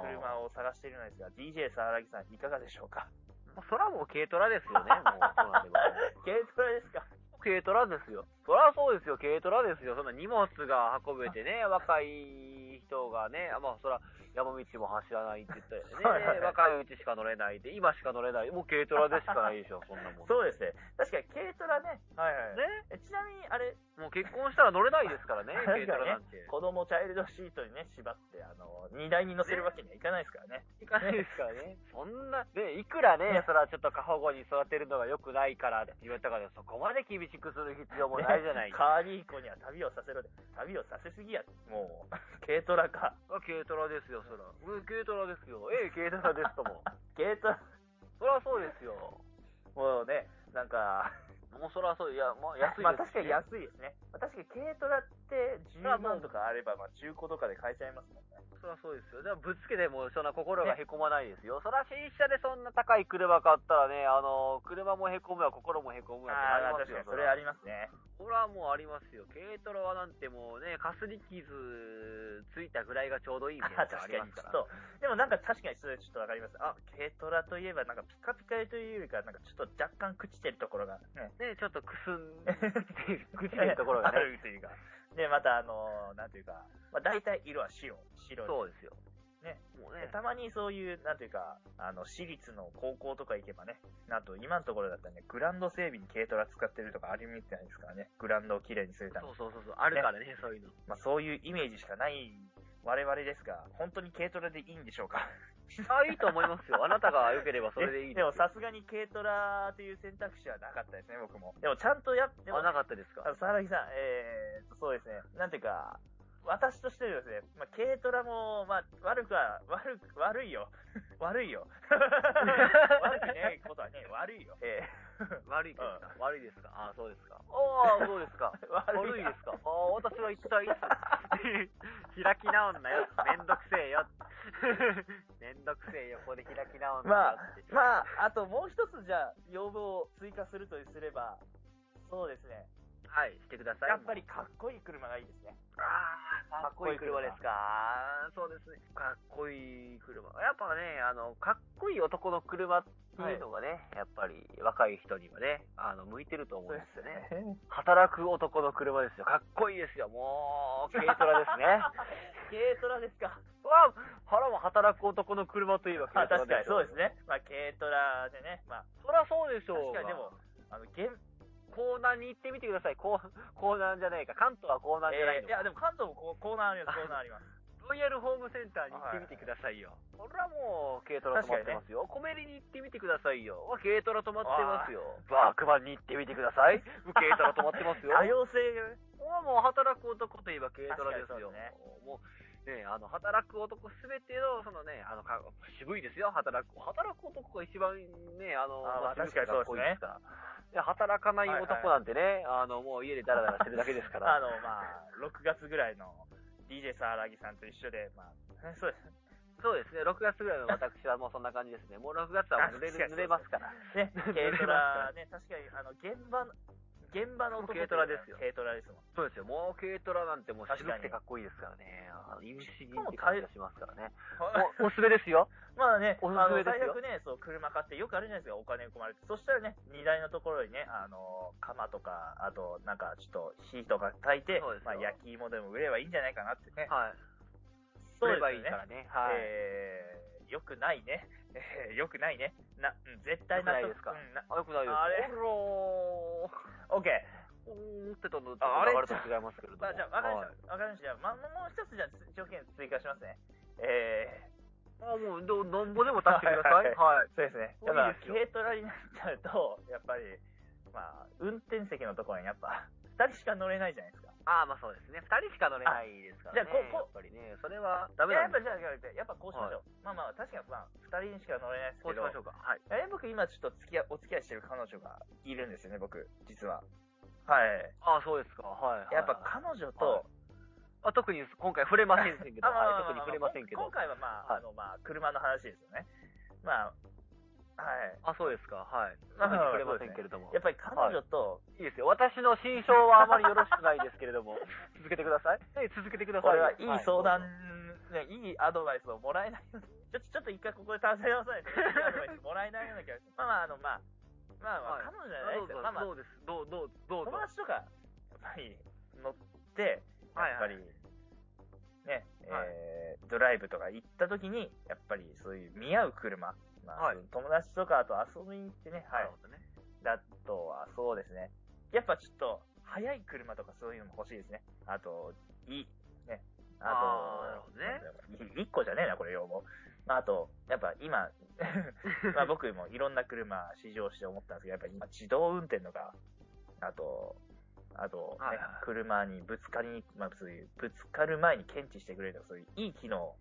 Speaker 1: 車を探しているのですが、DJ さわらぎさんいかがでしょうか
Speaker 2: もうそらもう軽トラです よね、もう。そうなれば
Speaker 1: 軽トラですか
Speaker 2: 軽トラですよ。そらそうですよ、軽トラですよ。そんな荷物が運べ てね、若い人がね、あまあそら、山道も走らないって言ったよ
Speaker 1: はいはい
Speaker 2: ね。若いうちしか乗れないで、今しか乗れない。もう軽トラでしかないでしょ、そんなも ん。
Speaker 1: そうですね。確かに軽トラね。はいはい。
Speaker 2: ね。
Speaker 1: えちなみに、あれ、
Speaker 2: もう結婚したら乗れないですからね、
Speaker 1: 確かにね
Speaker 2: 軽トラなんて。
Speaker 1: 子供チャイルドシートにね、縛って、あの、荷台に乗せるわけにはいかないですからね。
Speaker 2: いかないですからね。 そんな、ね、いくらね
Speaker 1: ね、
Speaker 2: そらちょっと過保護に育てるのが良くないからって言われたから、そこまで厳しくする必要もないじゃな
Speaker 1: ね
Speaker 2: い か。
Speaker 1: カーリー子には旅をさせろで、旅をさせすぎや。もう、 軽トラか。
Speaker 2: 軽トラですよ、そら。うん、軽トラですよ。ええ、軽トラですとも。
Speaker 1: 軽トラ、
Speaker 2: そらそうですよ。
Speaker 1: もうね、なんか、
Speaker 2: もうそらそう、いや、まあ安いです、ね。
Speaker 1: まあ確かに安いですね。まあ確かに軽トラって
Speaker 2: まあ
Speaker 1: 10
Speaker 2: もう
Speaker 1: 万とかあれば、まあ中古とかで買えちゃいますもんね。
Speaker 2: そらそうですよ。でもぶつけても、そんな心がへこまないですよ。そら新車でそんな高い車買ったらね、あの、車もへこむわ、心もへこむわってなりますよ。
Speaker 1: それありますね。
Speaker 2: これはもうありますよ。軽トラはなんてもうね、かすり傷ついたぐらいがちょうどいいみたいな
Speaker 1: あ
Speaker 2: のがあ
Speaker 1: 確
Speaker 2: り
Speaker 1: か
Speaker 2: ま
Speaker 1: に
Speaker 2: す
Speaker 1: ち
Speaker 2: か
Speaker 1: ょっ
Speaker 2: ら。
Speaker 1: と、でもなんか確かにそれちょっとわかります。あ、軽トラといえばなんかピカピカというよりか、なんかちょっと若干朽ちてるところが、ね、
Speaker 2: ね、ちょっとくすん、 くちてるところが
Speaker 1: あ
Speaker 2: ね。
Speaker 1: るというか。で、またあのーなんていうか、まあ大体色は白、白で
Speaker 2: そうですよ。
Speaker 1: ね。
Speaker 2: もうね。
Speaker 1: たまにそういう、なんていうか、あの、私立の高校とか行けばね、なんと今のところだったらね、グラウンド整備に軽トラ使ってるとかありみたいですからね、グラウンドをきれいにするために。
Speaker 2: そうそうそうそう。あるからね、そういうの。
Speaker 1: まあそういうイメージしかない我々ですが、本当に軽トラでいいんでしょうか
Speaker 2: あ、いいと思いますよ。あなたが良け ればそれでいい
Speaker 1: え
Speaker 2: で
Speaker 1: でも
Speaker 2: す。
Speaker 1: さすがに軽トラという選択肢はなかったですね、僕も。でもちゃんとやって、でも
Speaker 2: あ、なかったです か
Speaker 1: あの、佐々木さん、えーっと、そうですね、なんていうか、私としてはですね、まあ、軽トラも、まあ、悪くは、悪く、悪いよ。 悪 いよ。悪くねえことはね、悪いよ。え
Speaker 2: 悪いですか悪いですかあ、そうですか。 ああ、そうですか。
Speaker 1: ー、悪
Speaker 2: 悪
Speaker 1: い
Speaker 2: い
Speaker 1: よ
Speaker 2: ですかああ、私は一体い つ開き直んなよ。めんどくせえよ。 めんどくせえよ。ここで開き直んなよって。
Speaker 1: まあ、あともう一つじゃあ、要望を追加するとすれば、そうですね。
Speaker 2: はい、してください。
Speaker 1: やっぱりかっこいい車がいいですね。
Speaker 2: ああ、かっこいい車ですか。そうですね。かっこいい車。やっぱね、あの、かっこいい男の車っていうのがね、やっぱり若い人にはね、あの、向いてると思うんですよね。
Speaker 1: ね。
Speaker 2: 働く男の車ですよ。かっこいいですよ。もう、軽トラです ね。
Speaker 1: 軽トラですか。
Speaker 2: わ腹も働く男の車といえば
Speaker 1: まあ
Speaker 2: 軽トラ
Speaker 1: 確かにそうですすね。まあ軽トラでね、まあ
Speaker 2: そりゃそうでしょう
Speaker 1: 確か
Speaker 2: が。
Speaker 1: にでも、あの、現
Speaker 2: 江南に行ってみてください。江 江南じゃないか。関東は江南じゃない
Speaker 1: えー
Speaker 2: の
Speaker 1: いやでも関東もこうコーナーあります、コーナーあります。
Speaker 2: ロイヤルホームセンターに行ってみてくださいよ。これはもう、軽トラ止まってますよ。コメリに行ってみてくださいよ。わ軽トラ止まってますよ。バークマンに行ってみてくださ い。軽トラ止まってます よ。
Speaker 1: 多様性がね
Speaker 2: ここはもう働く男といえば軽トラですよ。
Speaker 1: 確かに
Speaker 2: もう、ね、あの、働く男すべての、そのね、あの、か渋いですよ、働く。働く男が一番ね、あの、
Speaker 1: あーまあ
Speaker 2: 渋くてっこいいですから。で働かない男なんてね、あの、もう家でダラダラしてるだけですか
Speaker 1: あ
Speaker 2: ら。
Speaker 1: の、まあ、6月ぐらいの DJ さらぎさんと一緒で、まあ、 ねそうです
Speaker 2: そうですね、6月ぐらいの私はもうそんな感じですね。もう6月はもう濡れ
Speaker 1: あ
Speaker 2: る
Speaker 1: 確かに
Speaker 2: 濡れますから。
Speaker 1: ね。
Speaker 2: 濡
Speaker 1: 軽
Speaker 2: れます
Speaker 1: トラね、確かに、あの、現場の、現場の男
Speaker 2: 軽トラですよ
Speaker 1: 軽トラですもん。
Speaker 2: そうですよ、もう軽トラなんてもう渋くて
Speaker 1: 確かに
Speaker 2: かっこいいですからね。あの意味不思議って感じがしますからね。お、おすすめですよ。
Speaker 1: まあね、
Speaker 2: おす
Speaker 1: あ
Speaker 2: す
Speaker 1: の、
Speaker 2: めで
Speaker 1: 最
Speaker 2: すよ
Speaker 1: 悪ね、そう、車買ってよくあるじゃないですか、お金込まれて。そしたらね、荷台のところにね、あの、釜とか、あと、なんか、ちょっと、火とか炊いて
Speaker 2: そうで、す
Speaker 1: まあ、
Speaker 2: よ
Speaker 1: 焼き芋でも売ればいいんじゃないかなってね。
Speaker 2: はい。
Speaker 1: そう
Speaker 2: 売れ
Speaker 1: です
Speaker 2: ばい
Speaker 1: よ
Speaker 2: い
Speaker 1: ね
Speaker 2: からね。はい。
Speaker 1: えー、よくないね。えー、よくないね。な、うん絶対納得。
Speaker 2: 良くない
Speaker 1: うん、な、
Speaker 2: あ、よくないです。
Speaker 1: あれ
Speaker 2: おろー。
Speaker 1: オッケー。
Speaker 2: おーってとの、
Speaker 1: ああれ
Speaker 2: 流れと違いますけれども。
Speaker 1: まあ、じゃあ、わかりま
Speaker 2: はい
Speaker 1: した。わかりました。じゃあ、ま、もう一つじゃあ、つ条件追加しますね。え
Speaker 2: あもう、ど、なんぼでも足してください。 はい。
Speaker 1: ー、そうですね。
Speaker 2: もう
Speaker 1: やっぱ
Speaker 2: いい、ですよ
Speaker 1: 軽トラになっちゃうと、やっぱり、まあ、運転席のところにやっぱ、二人しか乗れないじゃないですか。
Speaker 2: ああ、まあそうですね。二人しか乗れないですからね。
Speaker 1: じゃあここ
Speaker 2: やっぱりね、それはダメ
Speaker 1: や
Speaker 2: な
Speaker 1: っ
Speaker 2: ん
Speaker 1: ぱ
Speaker 2: です。
Speaker 1: じゃあ、やっぱこうしましょう。まあまあ、確かにまあ、二人にしか乗れないです
Speaker 2: こ
Speaker 1: け
Speaker 2: うし
Speaker 1: ど、
Speaker 2: ましょうか。はい。
Speaker 1: え僕今ちょっと付き合い、お付き合いしてる彼女がいるんですよね、僕、実は。はい。
Speaker 2: ああ、そうですか。はい。
Speaker 1: やっぱ
Speaker 2: はい
Speaker 1: 彼女と、
Speaker 2: はあ特に今回触れませんけど、
Speaker 1: あまあ
Speaker 2: はい、特に触れませんけ
Speaker 1: 今
Speaker 2: ど。
Speaker 1: 回はまあ、
Speaker 2: はい
Speaker 1: あの、まあ、車の話ですよね。まあ、はい。
Speaker 2: あ、そうですか、はい。
Speaker 1: あ
Speaker 2: 特に触れませんけれども。
Speaker 1: やっぱり彼女と、
Speaker 2: いいですよ。私の心象はあまりよろしくないですけれど も、続けてください。え続けてください。
Speaker 1: 俺はいい相談、
Speaker 2: は
Speaker 1: ね、いいアドバイスをもらえない ように、ちょっと、ちょっと一回ここで探せなさいね。いいアドバイスもらえないような気がします まあまあ、あの、まあ、まあまあ
Speaker 2: はい、
Speaker 1: 彼女じゃない
Speaker 2: い
Speaker 1: ですよ。
Speaker 2: どうぞ
Speaker 1: まあまあ
Speaker 2: ど、うです。どう、どう、どうぞ
Speaker 1: 友。達とか、やっぱり乗って、やっぱり、ね、
Speaker 2: はい
Speaker 1: えードライブとか行った時に、やっぱりそういう見合う車、まあ
Speaker 2: はい
Speaker 1: 友達とかと遊びに行ってね、
Speaker 2: な
Speaker 1: はい
Speaker 2: るほどね。
Speaker 1: だとはそうですね。やっぱちょっと、速い車とかそういうのも欲しいですね。あと、いい、ね。
Speaker 2: あーなる
Speaker 1: あ
Speaker 2: ほ
Speaker 1: と、
Speaker 2: どね
Speaker 1: ね。1個じゃねえな、これ用語。まあ、あと、やっぱ今、 まあ僕もいろんな車試乗して思ったんですけど、やっぱ今自動運転とか、あと、あと、ね
Speaker 2: はいはい
Speaker 1: 車にぶつかりに、まあそういう、ぶつかる前に検知してくれるとか、そういういい機能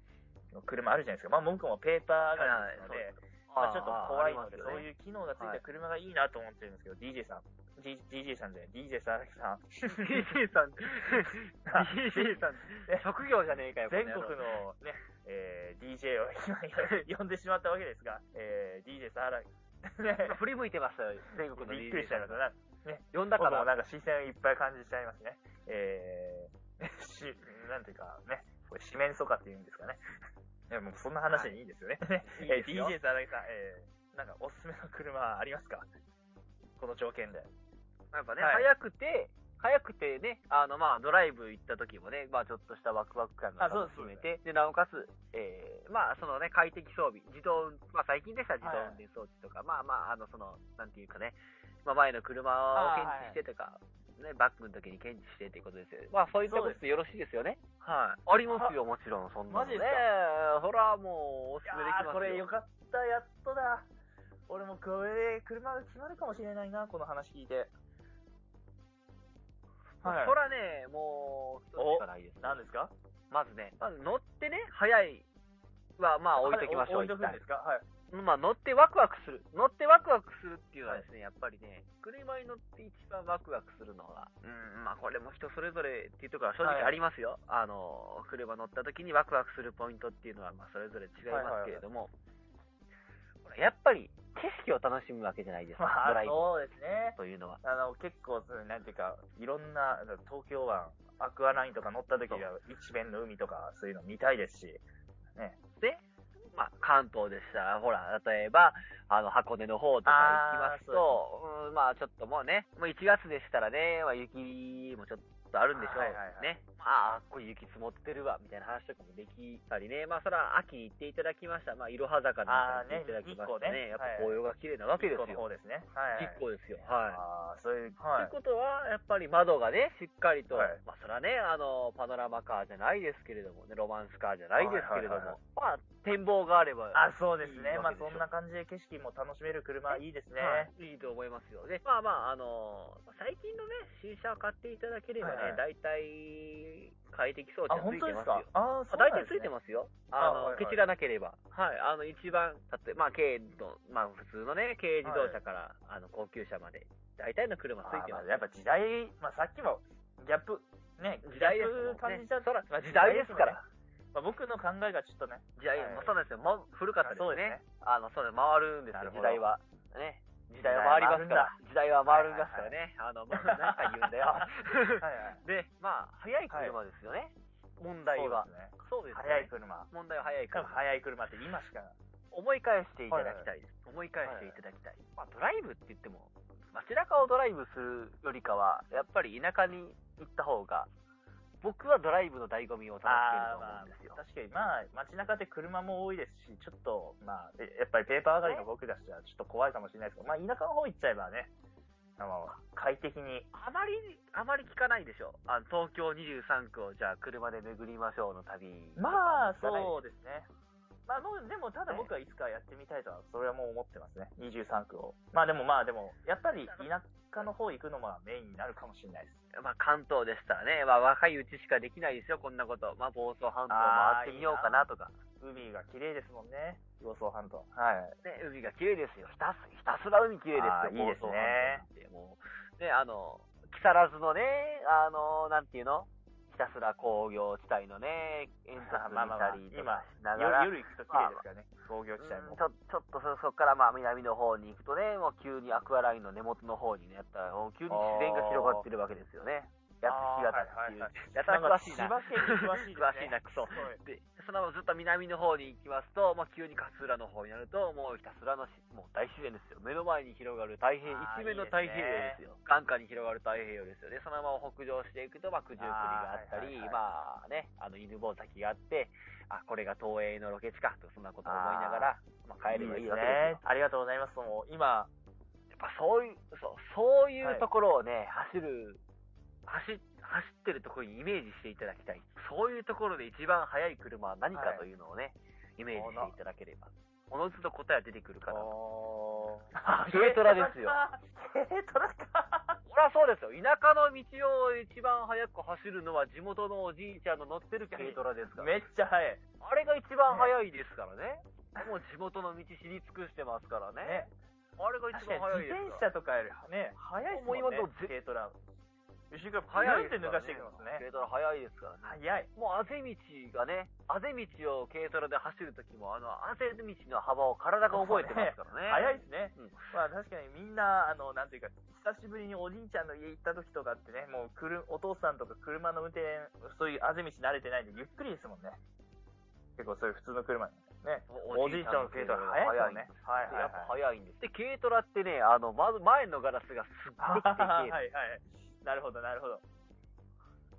Speaker 1: の車あるじゃないですか。まあ僕もペーパーがあるので、
Speaker 2: はいはい
Speaker 1: まあ、ちょっと怖いので、
Speaker 2: あー
Speaker 1: そういう機能がついた車がいいなと思ってるんですけど、DJ さん、D、DJ さんじゃない、DJ さんさん、
Speaker 2: DJ さん、DJ さん、職業じゃねえかよ、
Speaker 1: 全国
Speaker 2: この野
Speaker 1: の
Speaker 2: 郎
Speaker 1: ね、えー DJ を今呼んでしまったわけですが、えー DJ さん、
Speaker 2: 今振り向いてましたよ、全国の
Speaker 1: びっくり
Speaker 2: DJ
Speaker 1: しちゃ
Speaker 2: さ
Speaker 1: いま
Speaker 2: ん
Speaker 1: した。。な
Speaker 2: 呼んだか
Speaker 1: 僕もな
Speaker 2: ら、
Speaker 1: んか視線をいっぱい感じちゃいますね。えー、し、なんていうかね、これ、四面楚歌って言うんですかね。いや、もうそんな話でいいですよね。
Speaker 2: い い
Speaker 1: えー
Speaker 2: ですよ
Speaker 1: DJ さん、荒木さん、えー、なんかおすすめの車はありますかこの条件で。
Speaker 2: やっぱね、
Speaker 1: はい
Speaker 2: 早くて、早くてね、あの、まあ、ドライブ行った時もね、まあ、ちょっとしたワクワク感が
Speaker 1: あそう
Speaker 2: 楽
Speaker 1: です
Speaker 2: しめて、で、なおかつ、えー、まあ、そのね、快適装備、自動運、まあ、最近でしたら自動運転装置とか、まあまあ、あの、その、なんていうかね、まあ、前の車を検知してとか、ね、バックの時に検知してっていうことですよ。まあ、そういったことでよろしいですよね。はい。ありますよ、もちろん、そんなの
Speaker 1: マジです
Speaker 2: ね
Speaker 1: か
Speaker 2: えほら、もう、おす
Speaker 1: いや
Speaker 2: すめできます
Speaker 1: ー
Speaker 2: よ。
Speaker 1: これよかった、やっとだ。俺もこれで車が決まるかもしれないな、この話聞いて。はい
Speaker 2: そらね、もう、一つしかないですね、
Speaker 1: 何ですか
Speaker 2: まずね、まず乗ってね、早いは、まあ置いときましょう、
Speaker 1: 置い
Speaker 2: 一
Speaker 1: とくん
Speaker 2: 旦
Speaker 1: ですかはい。
Speaker 2: まあ乗ってワクワクする。乗ってワクワクするっていうのはですね、やっぱりね、車に乗って一番ワクワクするのは、うん、まあこれも人それぞれっていうところは正直ありますよ。あの、車乗った時にワクワクするポイントっていうのは、まあそれぞれ違いますけれども、ほらやっぱり景色を楽しむわけじゃないですか、ドライブ
Speaker 1: そうですね。
Speaker 2: というのは。
Speaker 1: あの、結構、そのなんていうか、いろんな、東京湾、アクアラインとか乗った時は、一面の海とか、そういうの見たいですし。
Speaker 2: で、まあ、関東でしたら、ほら、例えば、あの、箱根の方とか行きますと、うんまあ、ちょっともうね、もう1月でしたらね、まあ、雪もちょっとあるんでしょう、
Speaker 1: はいはいはい
Speaker 2: ね。まあ、これ雪積もってるわ、みたいな話とかもできたりね。まあ、それは秋に行っていただきました。まあ、いろは坂なんかに行っていただきました
Speaker 1: あーね
Speaker 2: ね。やっぱ
Speaker 1: はい
Speaker 2: 紅葉が綺麗なわけですよ。
Speaker 1: 日光の方ですね。はい。
Speaker 2: 結構ですよ。はい。
Speaker 1: ああ、そういう、
Speaker 2: と。
Speaker 1: はいいう
Speaker 2: ことは、やっぱり窓がね、しっかりと、
Speaker 1: はい
Speaker 2: まあ、それはね、あの、パノラマカーじゃないですけれどもね、ロマンスカーじゃないですけれども、
Speaker 1: はいはいはい
Speaker 2: まあ、展望があれば、
Speaker 1: あ、そうです
Speaker 2: いい
Speaker 1: ね。ま
Speaker 2: わ
Speaker 1: あ、
Speaker 2: け
Speaker 1: そ
Speaker 2: でしょ
Speaker 1: んな感じで景色も楽しめる車、いいですね。
Speaker 2: はい、いいと思いますよ。で、まあまあ、あの、最近のね、新車を買っていただければ
Speaker 1: はい
Speaker 2: ね、
Speaker 1: は
Speaker 2: 大体、快適装置
Speaker 1: あ、
Speaker 2: はつ
Speaker 1: 本
Speaker 2: い
Speaker 1: 当
Speaker 2: て
Speaker 1: で
Speaker 2: ますすよ
Speaker 1: か。ああ、そう
Speaker 2: ま
Speaker 1: な
Speaker 2: あ
Speaker 1: んで
Speaker 2: 大体ついて
Speaker 1: すね。
Speaker 2: ますよ。あの、
Speaker 1: はいはい
Speaker 2: ケチらなければ。はい。あの、一番、たとえまあ、軽の、まあ、普通のね、軽自動車から、あの、高級車まで、大体の車ついて
Speaker 1: あ
Speaker 2: ま
Speaker 1: ー
Speaker 2: す
Speaker 1: ま
Speaker 2: よ
Speaker 1: あやっぱ時代、まあさっきも、ギャップ、ね、
Speaker 2: 時代ですもんね
Speaker 1: ギャップ感じちゃった。まあ
Speaker 2: 時代ですから。
Speaker 1: まあ僕の考えがちょっとね、
Speaker 2: 時代、
Speaker 1: はい
Speaker 2: まあそうなんですよ。ま、古かったです
Speaker 1: そうです
Speaker 2: ね
Speaker 1: ね。
Speaker 2: あの、そうです。回るんです
Speaker 1: なる
Speaker 2: よ、
Speaker 1: ほ
Speaker 2: 時
Speaker 1: ど
Speaker 2: 代は。ね。時代は回りますから。時代は回るんですからね。あの、僕なんか言うんだよ。
Speaker 1: はいはい。
Speaker 2: で、まあ、速い車ですよね。問題は。
Speaker 1: そうですね。
Speaker 2: そうです
Speaker 1: 速い
Speaker 2: ね。
Speaker 1: 車。
Speaker 2: 問題は速い
Speaker 1: 多分
Speaker 2: 車。
Speaker 1: 速い車って今しか。
Speaker 2: 思い返していただきたいです。思い返していただきたい。まあ、ドライブって言っても、街中をドライブするよりかは、やっぱり田舎に行った方が、僕はドライブの醍醐味を楽しめると思うん
Speaker 1: 確
Speaker 2: ですよ。
Speaker 1: かに、まあ、街中って車も多いですし、ちょっと、まあ、えやっぱりペーパー上がりの僕たちはちょっと怖いかもしれないですけど、まあ、田舎の方行っちゃえばね、あの、快適に、
Speaker 2: あまり、あまり聞かないでしょ。あの東京23区をじゃあ車で巡りましょうの旅。
Speaker 1: まあ、
Speaker 2: 聞かない
Speaker 1: そうです
Speaker 2: でしょ
Speaker 1: ね。まあ、もう、でも、ただ僕はいつかやってみたいとは、それはもう思ってますね。23区を。まあ、でもまあ、でも、やっぱり田舎の方行くのがメインになるかもしれないです。
Speaker 2: まあ、関東でしたらね、まあ、若いうちしかできないですよ、こんなこと。まあ、房総半島回ってみようかなとか。
Speaker 1: 海が綺麗ですもんね。房総半島。はい。
Speaker 2: ね、海が綺麗ですよ。ひたすひたすら海綺麗ですよ、
Speaker 1: あーいいですね
Speaker 2: 房総半島なんて。もう、ね、あの、木更津のね、あの、なんていうの木たすら工業地帯のね、煙突
Speaker 1: まあまあ
Speaker 2: 見
Speaker 1: ま
Speaker 2: た
Speaker 1: あ、
Speaker 2: りと
Speaker 1: 今
Speaker 2: かしな、がら、
Speaker 1: 夜夜行くと綺麗ですからね、工業地帯
Speaker 2: うん
Speaker 1: も
Speaker 2: ち。ょちょっとそそこからまあ南の方に行くとね、もう急にアクアラインの根元の方にね、やったら、もう急に自然が広がってるわけですよね。やつ干潟っていう。
Speaker 1: あーはいはいはい
Speaker 2: やたら詳しいな。
Speaker 1: なんか千葉県に詳しいですね
Speaker 2: 詳しいな、クソ
Speaker 1: すごい。
Speaker 2: で、そのままずっと南の方に行きますと、まあ、急に勝浦の方になると、もうひたすらのし、もう大自然ですよ。目の前に広がる太平、
Speaker 1: あー
Speaker 2: 一面の太平洋ですよ。眼下に広がる太平洋ですよね。そのまま北上していくと、まあ、九十九里があった
Speaker 1: あーはい
Speaker 2: り、
Speaker 1: はいはい
Speaker 2: まあね、あの、犬吠埼があって、あ、これが東映のロケ地か、とそんなことを思いながら、まあ、帰ればいいわけですよ。
Speaker 1: ありがとうございます。もう今、
Speaker 2: やっぱそういう、そう、そうい
Speaker 1: は
Speaker 2: う
Speaker 1: い
Speaker 2: ところをね、走る、走、走ってるところにイメージしていただきたい。そういうところで一番速い車は何かというのをね、イメージしていただければ。おのずと答えは出てくるかなと。
Speaker 1: お
Speaker 2: あ 軽トラですよ。
Speaker 1: 軽トラか。
Speaker 2: そりゃそうですよ。田舎の道を一番速く走るのは地元のおじいちゃんの乗ってる軽トラですから。
Speaker 1: めっちゃ速い。
Speaker 2: あれが一番速いですからね。もう地元の道知り尽くしてますからね。
Speaker 1: ね。
Speaker 2: あれが一
Speaker 1: 確
Speaker 2: 番
Speaker 1: か
Speaker 2: 速
Speaker 1: に
Speaker 2: い
Speaker 1: 自
Speaker 2: です
Speaker 1: 転車
Speaker 2: から。
Speaker 1: とかよりね、速いですもんね。
Speaker 2: もう今のぜ
Speaker 1: 軽トラ。後ろか
Speaker 2: 速
Speaker 1: ら
Speaker 2: い
Speaker 1: ピュンって抜
Speaker 2: か
Speaker 1: か
Speaker 2: ら
Speaker 1: していきますね。
Speaker 2: 軽トラ速いですからね。
Speaker 1: 速い。
Speaker 2: もうあぜ道がね、あぜ道を軽トラで走るときも、あの、あぜ道の幅を体が覚えてますからね。
Speaker 1: 速いですね。
Speaker 2: うん
Speaker 1: まあ確かにみんな、あの、なんていうか、久しぶりにおじいちゃんの家行った時とかってね、もうくる、お父さんとか車の運転、そういうあぜ道慣れてないんで、ゆっくりですもんね。結構そういう普通の車に。ね。おじいちゃんの軽トラ速いですもんね。はい
Speaker 2: やっぱ速いんです。で、軽トラってね、あの、まず前のガラスがすっごくて
Speaker 1: は
Speaker 2: 綺
Speaker 1: い
Speaker 2: 麗。
Speaker 1: はい はい。なるほど、なるほど。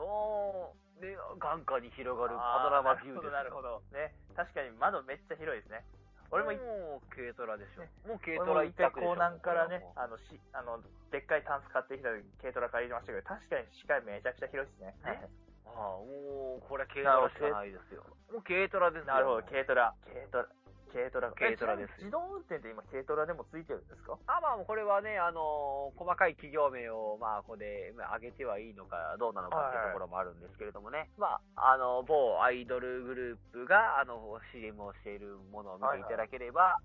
Speaker 2: おーで、眼下に広がるパノラマビュ ーです。
Speaker 1: なるほど、なるほど。ね。確かに窓めっちゃ広いですね。俺もい
Speaker 2: もう軽トラでしょ
Speaker 1: ね。
Speaker 2: もう軽
Speaker 1: 俺
Speaker 2: ト
Speaker 1: も
Speaker 2: ラ
Speaker 1: 一
Speaker 2: 一
Speaker 1: 回
Speaker 2: 択でしょ。
Speaker 1: 港南からね
Speaker 2: もう、
Speaker 1: あの、し、あの、でっかいタンス買ってきた時、軽トラ借りてましたけど、確かに視界めちゃくちゃ広いですね。
Speaker 2: ねああ、もう、これは軽トラしかないですよ。もう軽トラですよ。
Speaker 1: なるほど、
Speaker 2: もう
Speaker 1: 軽トラ。軽トラ。軽トラ。
Speaker 2: 軽トラです
Speaker 1: え自動運転って今軽トラでもついてるんですか
Speaker 2: あまあ、これはね、あのー細かい企業名を、まあ、ここで、まあ、上げてはいいのか、どうなのかっていうところもあるんですけれどもね。まあ、あの、某アイドルグループが、あの、CM をしているものを見ていただければ、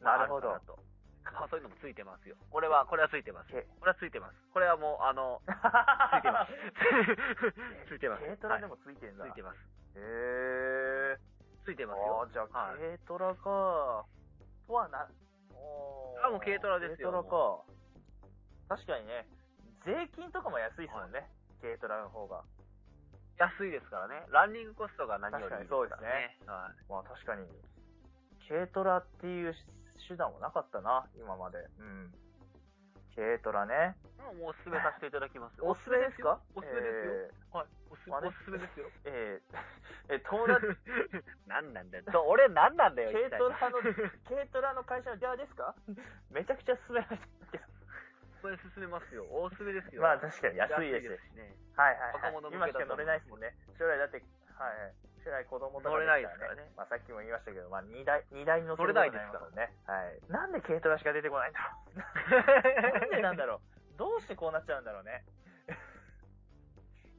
Speaker 2: まあ
Speaker 1: なるほど
Speaker 2: あかなとまあ、そういうのもついてますよ。これは、これはついてます。
Speaker 1: け
Speaker 2: これはついてます。これはもう、あの、
Speaker 1: つ
Speaker 2: つい
Speaker 1: い
Speaker 2: てます。ついてます。
Speaker 1: 軽トラでも
Speaker 2: も、
Speaker 1: ついてるんだ。
Speaker 2: はいついてます。
Speaker 1: へー。
Speaker 2: ついてます
Speaker 1: あ
Speaker 2: よ。
Speaker 1: ーじゃあ
Speaker 2: はい
Speaker 1: 軽トラか。とはな、おー
Speaker 2: あもう軽トラですよ
Speaker 1: 軽トラか。確かにね、税金とかも安いですもんね。軽トラの方が。
Speaker 2: 安いですからね。ランニングコストが何よりいいから
Speaker 1: 確かにそうで。
Speaker 2: はい。
Speaker 1: まあ確かに、軽トラっていう手段はなかったな、今まで。うん。軽トラね。
Speaker 2: まあもうおすすめさせていただきますよ。
Speaker 1: おすすめですか
Speaker 2: おすすめですよ。はい。おす
Speaker 1: まあね
Speaker 2: おすすめですよ。
Speaker 1: えーえー え、友達、
Speaker 2: 何なんだよ。ど俺何なんだよ。
Speaker 1: 軽トラの
Speaker 2: 一体
Speaker 1: 軽トラの会社の電話ですか めちゃくちゃ勧められたけど。
Speaker 2: これ進めますよ。おすすめですよ。
Speaker 1: まあ確かに安いです。
Speaker 2: しね。
Speaker 1: はいはい、
Speaker 2: 若者向
Speaker 1: 今
Speaker 2: け
Speaker 1: し
Speaker 2: だ
Speaker 1: か
Speaker 2: と思
Speaker 1: 乗れ
Speaker 2: う
Speaker 1: ないですもんね。将来だって、はいはい。将来子供とか
Speaker 2: 乗れないですからね
Speaker 1: まあさっきも言いましたけど、まあ荷台、荷台に乗せることにますもんね。はい。なんで軽トラしか出てこないんだろう。なんでなんだろう。どうしてこうなっちゃうんだろうね。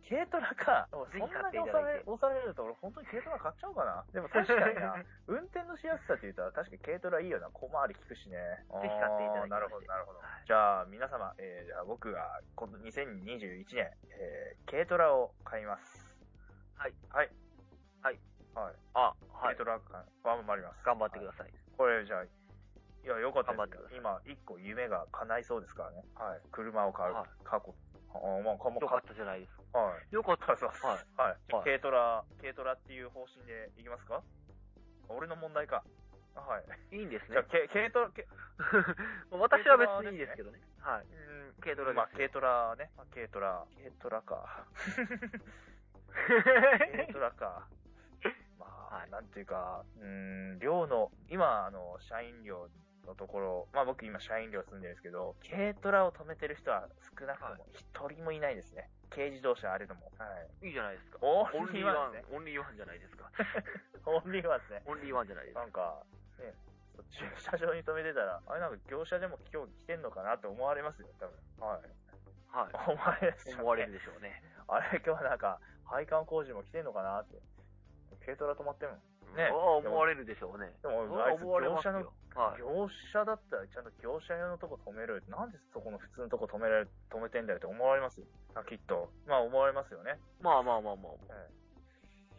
Speaker 1: 軽トラか。そ
Speaker 2: ぜ
Speaker 1: ん
Speaker 2: ひ
Speaker 1: な
Speaker 2: 買って
Speaker 1: に
Speaker 2: い
Speaker 1: 押
Speaker 2: た
Speaker 1: さ
Speaker 2: だい
Speaker 1: れ
Speaker 2: て
Speaker 1: 押されると俺本当に軽トラ買っちゃおうかな。でも確かにな。運転のしやすさって言ったら確かに軽トラいいよな。小回り効くしね。
Speaker 2: ぜひ買っていただきまして
Speaker 1: あーなるほど、なるほど
Speaker 2: はい。
Speaker 1: じゃあ、皆様、えーじゃあ僕が、この2021年、えー軽トラを買います。
Speaker 2: はい。
Speaker 1: はい。
Speaker 2: はい。
Speaker 1: はい。
Speaker 2: あ、は
Speaker 1: 軽。
Speaker 2: い
Speaker 1: トラ買い、頑張ります。
Speaker 2: 頑張ってく
Speaker 1: さい。
Speaker 2: ださい。
Speaker 1: これ、じゃあ、いや、よかったです
Speaker 2: 頑張ってください
Speaker 1: 今、一個夢が叶いそうですからね。はい。車を買う
Speaker 2: はい。
Speaker 1: 過去。あーまあ、かも
Speaker 2: よかっ
Speaker 1: か、
Speaker 2: たじゃないですか。
Speaker 1: はい。
Speaker 2: よかっ
Speaker 1: そう
Speaker 2: た。
Speaker 1: そう。
Speaker 2: はい。
Speaker 1: はい。じゃあ
Speaker 2: はい
Speaker 1: 軽トラ、軽トラっていう方針でいきますか俺の問題か。はい。
Speaker 2: いいんです
Speaker 1: じゃあ、
Speaker 2: ね。
Speaker 1: け軽トラ、け
Speaker 2: 私は別にいいですけどね。はい。
Speaker 1: うん
Speaker 2: 軽トラ
Speaker 1: まあ、
Speaker 2: です
Speaker 1: 軽トラね。まあ軽トラ。軽トラ か。軽トラか。まあ、
Speaker 2: はい
Speaker 1: なんていうか、うーん、寮の、今、あの、社員寮のところ、まあ僕今社員寮住んでるんですけど、軽トラを止めてる人は少なくとも一人もいないですね。軽自動車あれども。はい。
Speaker 2: いいじゃないですか。
Speaker 1: オ
Speaker 2: オ
Speaker 1: ン
Speaker 2: ン
Speaker 1: リ
Speaker 2: リ
Speaker 1: ー
Speaker 2: ー
Speaker 1: ワ
Speaker 2: ワ
Speaker 1: ンですね。
Speaker 2: ン、オンリーワンじゃないですか。
Speaker 1: オンリーワンですね。
Speaker 2: オンリーワン じゃないですか。
Speaker 1: なんか、ね、駐車場に止めてたら、あれなんか業者でも今日来てんのかなって思われますよ、多分。はい。
Speaker 2: はい。
Speaker 1: 思われますよね
Speaker 2: 思われるでしょうね。
Speaker 1: あれ今日なんか、配管工事も来てんのかなって。軽トラ止まってんの。ね
Speaker 2: ああ思われるでしょうね。
Speaker 1: でも、
Speaker 2: あ
Speaker 1: あ
Speaker 2: あ
Speaker 1: いつ
Speaker 2: 思われ
Speaker 1: 業
Speaker 2: ます
Speaker 1: 者の
Speaker 2: よ、はい。
Speaker 1: 業者だったらちゃんと業者用のとこ止める。なんでそこの普通のとこ止められ、止めてんだよって思われますあ、きっと。まあ思われますよね。
Speaker 2: まあまあまあまあまあ。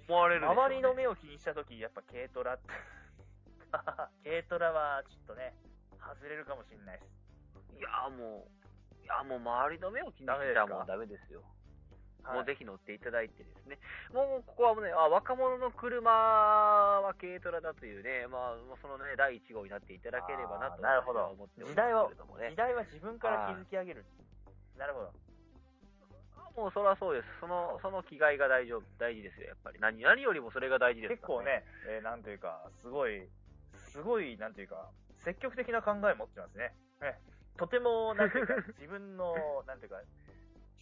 Speaker 2: 思われるでしょうね
Speaker 1: 周りの目を気にしたとき、やっぱ軽トラって。 軽トラはちょっとね、外れるかもしれないです。
Speaker 2: いやーもう、いやーもう周りの目を気にしたらもうダメですよ。
Speaker 1: はい
Speaker 2: もうぜひ乗っていただいてですね。もうここはもうね、あ若者の車は軽トラだというね、まあ、もうそのね、第1号になっていただければなと、
Speaker 1: あーなるほど
Speaker 2: 思っておりますけれどもね
Speaker 1: 時。代は自分から築き上げる。なるほど。
Speaker 2: あもうそれはそうです。その、その気概が大丈夫、大事ですよ、やっぱり。何、何よりもそれが大事です
Speaker 1: 結
Speaker 2: から
Speaker 1: 構。ね、えーなんというか、すごい、すごい、なんというか、積極的な考え持ってますね。ねとても、なんて いうか、自分の、なんていうか、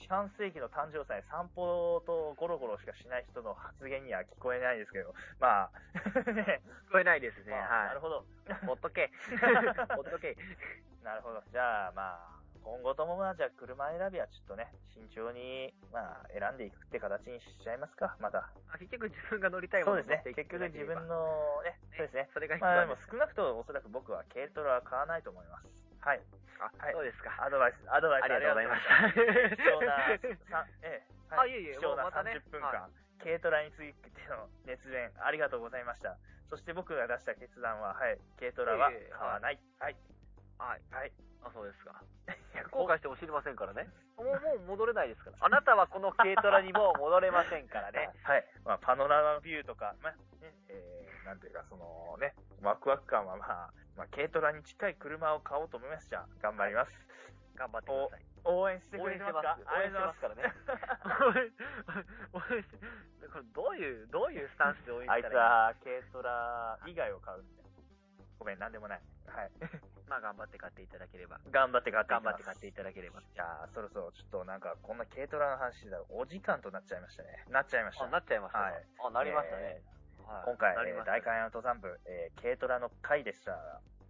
Speaker 1: 半世紀の誕生祭、散歩とゴロゴロしかしない人の発言には聞こえないですけど、まあ、 ね、
Speaker 2: 聞こえないですね。
Speaker 1: まあな
Speaker 2: は
Speaker 1: るほ ど。
Speaker 2: い。ほっと け。ほっとけ。
Speaker 1: なるほど。じゃあ、まあ、今後とも、まあ、じゃあ、車選びはちょっとね、慎重に、まあ、選んでいくって形にしちゃいますか、また。
Speaker 2: あ結局自分が乗りたいも
Speaker 1: そう
Speaker 2: の
Speaker 1: ですね。
Speaker 2: 乗ってい
Speaker 1: 結
Speaker 2: た
Speaker 1: 局
Speaker 2: だけ
Speaker 1: 自
Speaker 2: れば
Speaker 1: 分の、ね、そうですね。
Speaker 2: それが一
Speaker 1: まあ
Speaker 2: 番
Speaker 1: でも
Speaker 2: です。
Speaker 1: 少なくともおそらく僕は軽トラは買わないと思います。はい。
Speaker 2: あ
Speaker 1: はい
Speaker 2: そうですか。
Speaker 1: アドバイス、アドバイス
Speaker 2: ありがとうございまし
Speaker 1: あり
Speaker 2: た。
Speaker 1: がとうございました。貴重な、さ ええ、
Speaker 2: あいえいえ
Speaker 1: 貴重な
Speaker 2: もうまたね
Speaker 1: 30分間、軽トラについての熱弁ありがとうございました。そして僕が出した決断は、はい、軽トラは買わない。はい。
Speaker 2: はい。
Speaker 1: はい。
Speaker 2: あ、そうですか。
Speaker 1: いや
Speaker 2: 後悔しても知りませんからね。もう、もう戻れないですから。あなたはこの軽トラにもう戻れませんからね。
Speaker 1: はい。まあ、パノラマビューとか、まあ、ね、えー、なんていうか、そのね、ワクワク感はまあ、まあ、軽トラに近い車を買おうと思います。じゃあ、頑張ります。
Speaker 2: 頑張ってください。
Speaker 1: 応援してく
Speaker 2: 応
Speaker 1: れ
Speaker 2: 援してて
Speaker 1: ます
Speaker 2: ます
Speaker 1: か
Speaker 2: よ。応援してますからね。応援して、これどういう、どういうスタンスで応援
Speaker 1: あ
Speaker 2: し
Speaker 1: い
Speaker 2: た
Speaker 1: つ
Speaker 2: らいい
Speaker 1: は軽トラ以外を買うんで。ごめん、なんでもない。はい。
Speaker 2: まあ頑張って買っていただければ。
Speaker 1: 頑張って買ってい
Speaker 2: 頑
Speaker 1: きま
Speaker 2: 張っ
Speaker 1: す
Speaker 2: て買っていただければ。
Speaker 1: じゃあ、そろそろちょっとなんか、こんな軽トラの話してたらお時間となっちゃいましたね。なっちゃいました。
Speaker 2: あ、なっちゃいましたか。
Speaker 1: はい
Speaker 2: あ、なりましたね。はい
Speaker 1: 今回、
Speaker 2: なり
Speaker 1: え
Speaker 2: ま
Speaker 1: ー
Speaker 2: したね
Speaker 1: 大観山登山部、えー軽トラの回でした。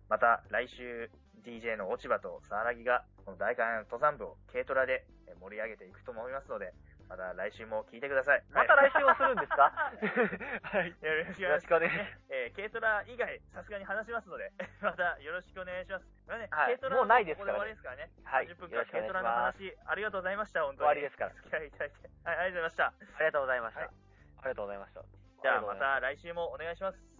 Speaker 1: また来週、DJ の落ち葉と沢なぎが、この大観山登山部を軽トラでえー盛り上げていくと思いますので、また来週も聞いてください。
Speaker 2: また来週もするんですかはい。
Speaker 1: 週 よろしくお願
Speaker 2: よろ
Speaker 1: いしま
Speaker 2: しく
Speaker 1: す。
Speaker 2: お願いします。
Speaker 1: えー軽トラ以外、さすがに話しますので、 またよろしくお願いします。まあね
Speaker 2: はい
Speaker 1: 軽トラ
Speaker 2: もうないですか
Speaker 1: こ
Speaker 2: らね
Speaker 1: こで終わりですからね。
Speaker 2: はい。
Speaker 1: 30
Speaker 2: よ
Speaker 1: 分間
Speaker 2: ろしくお
Speaker 1: 軽ト
Speaker 2: 願いし
Speaker 1: ラの
Speaker 2: ます。
Speaker 1: 話、ありがとうございました、本当
Speaker 2: 終わ
Speaker 1: に。
Speaker 2: りですから。
Speaker 1: お付き合いいただいて。はい、ありがとうございました。
Speaker 2: ありがとうございました。ありがとうございました。
Speaker 1: じゃあまた来週もお願いします。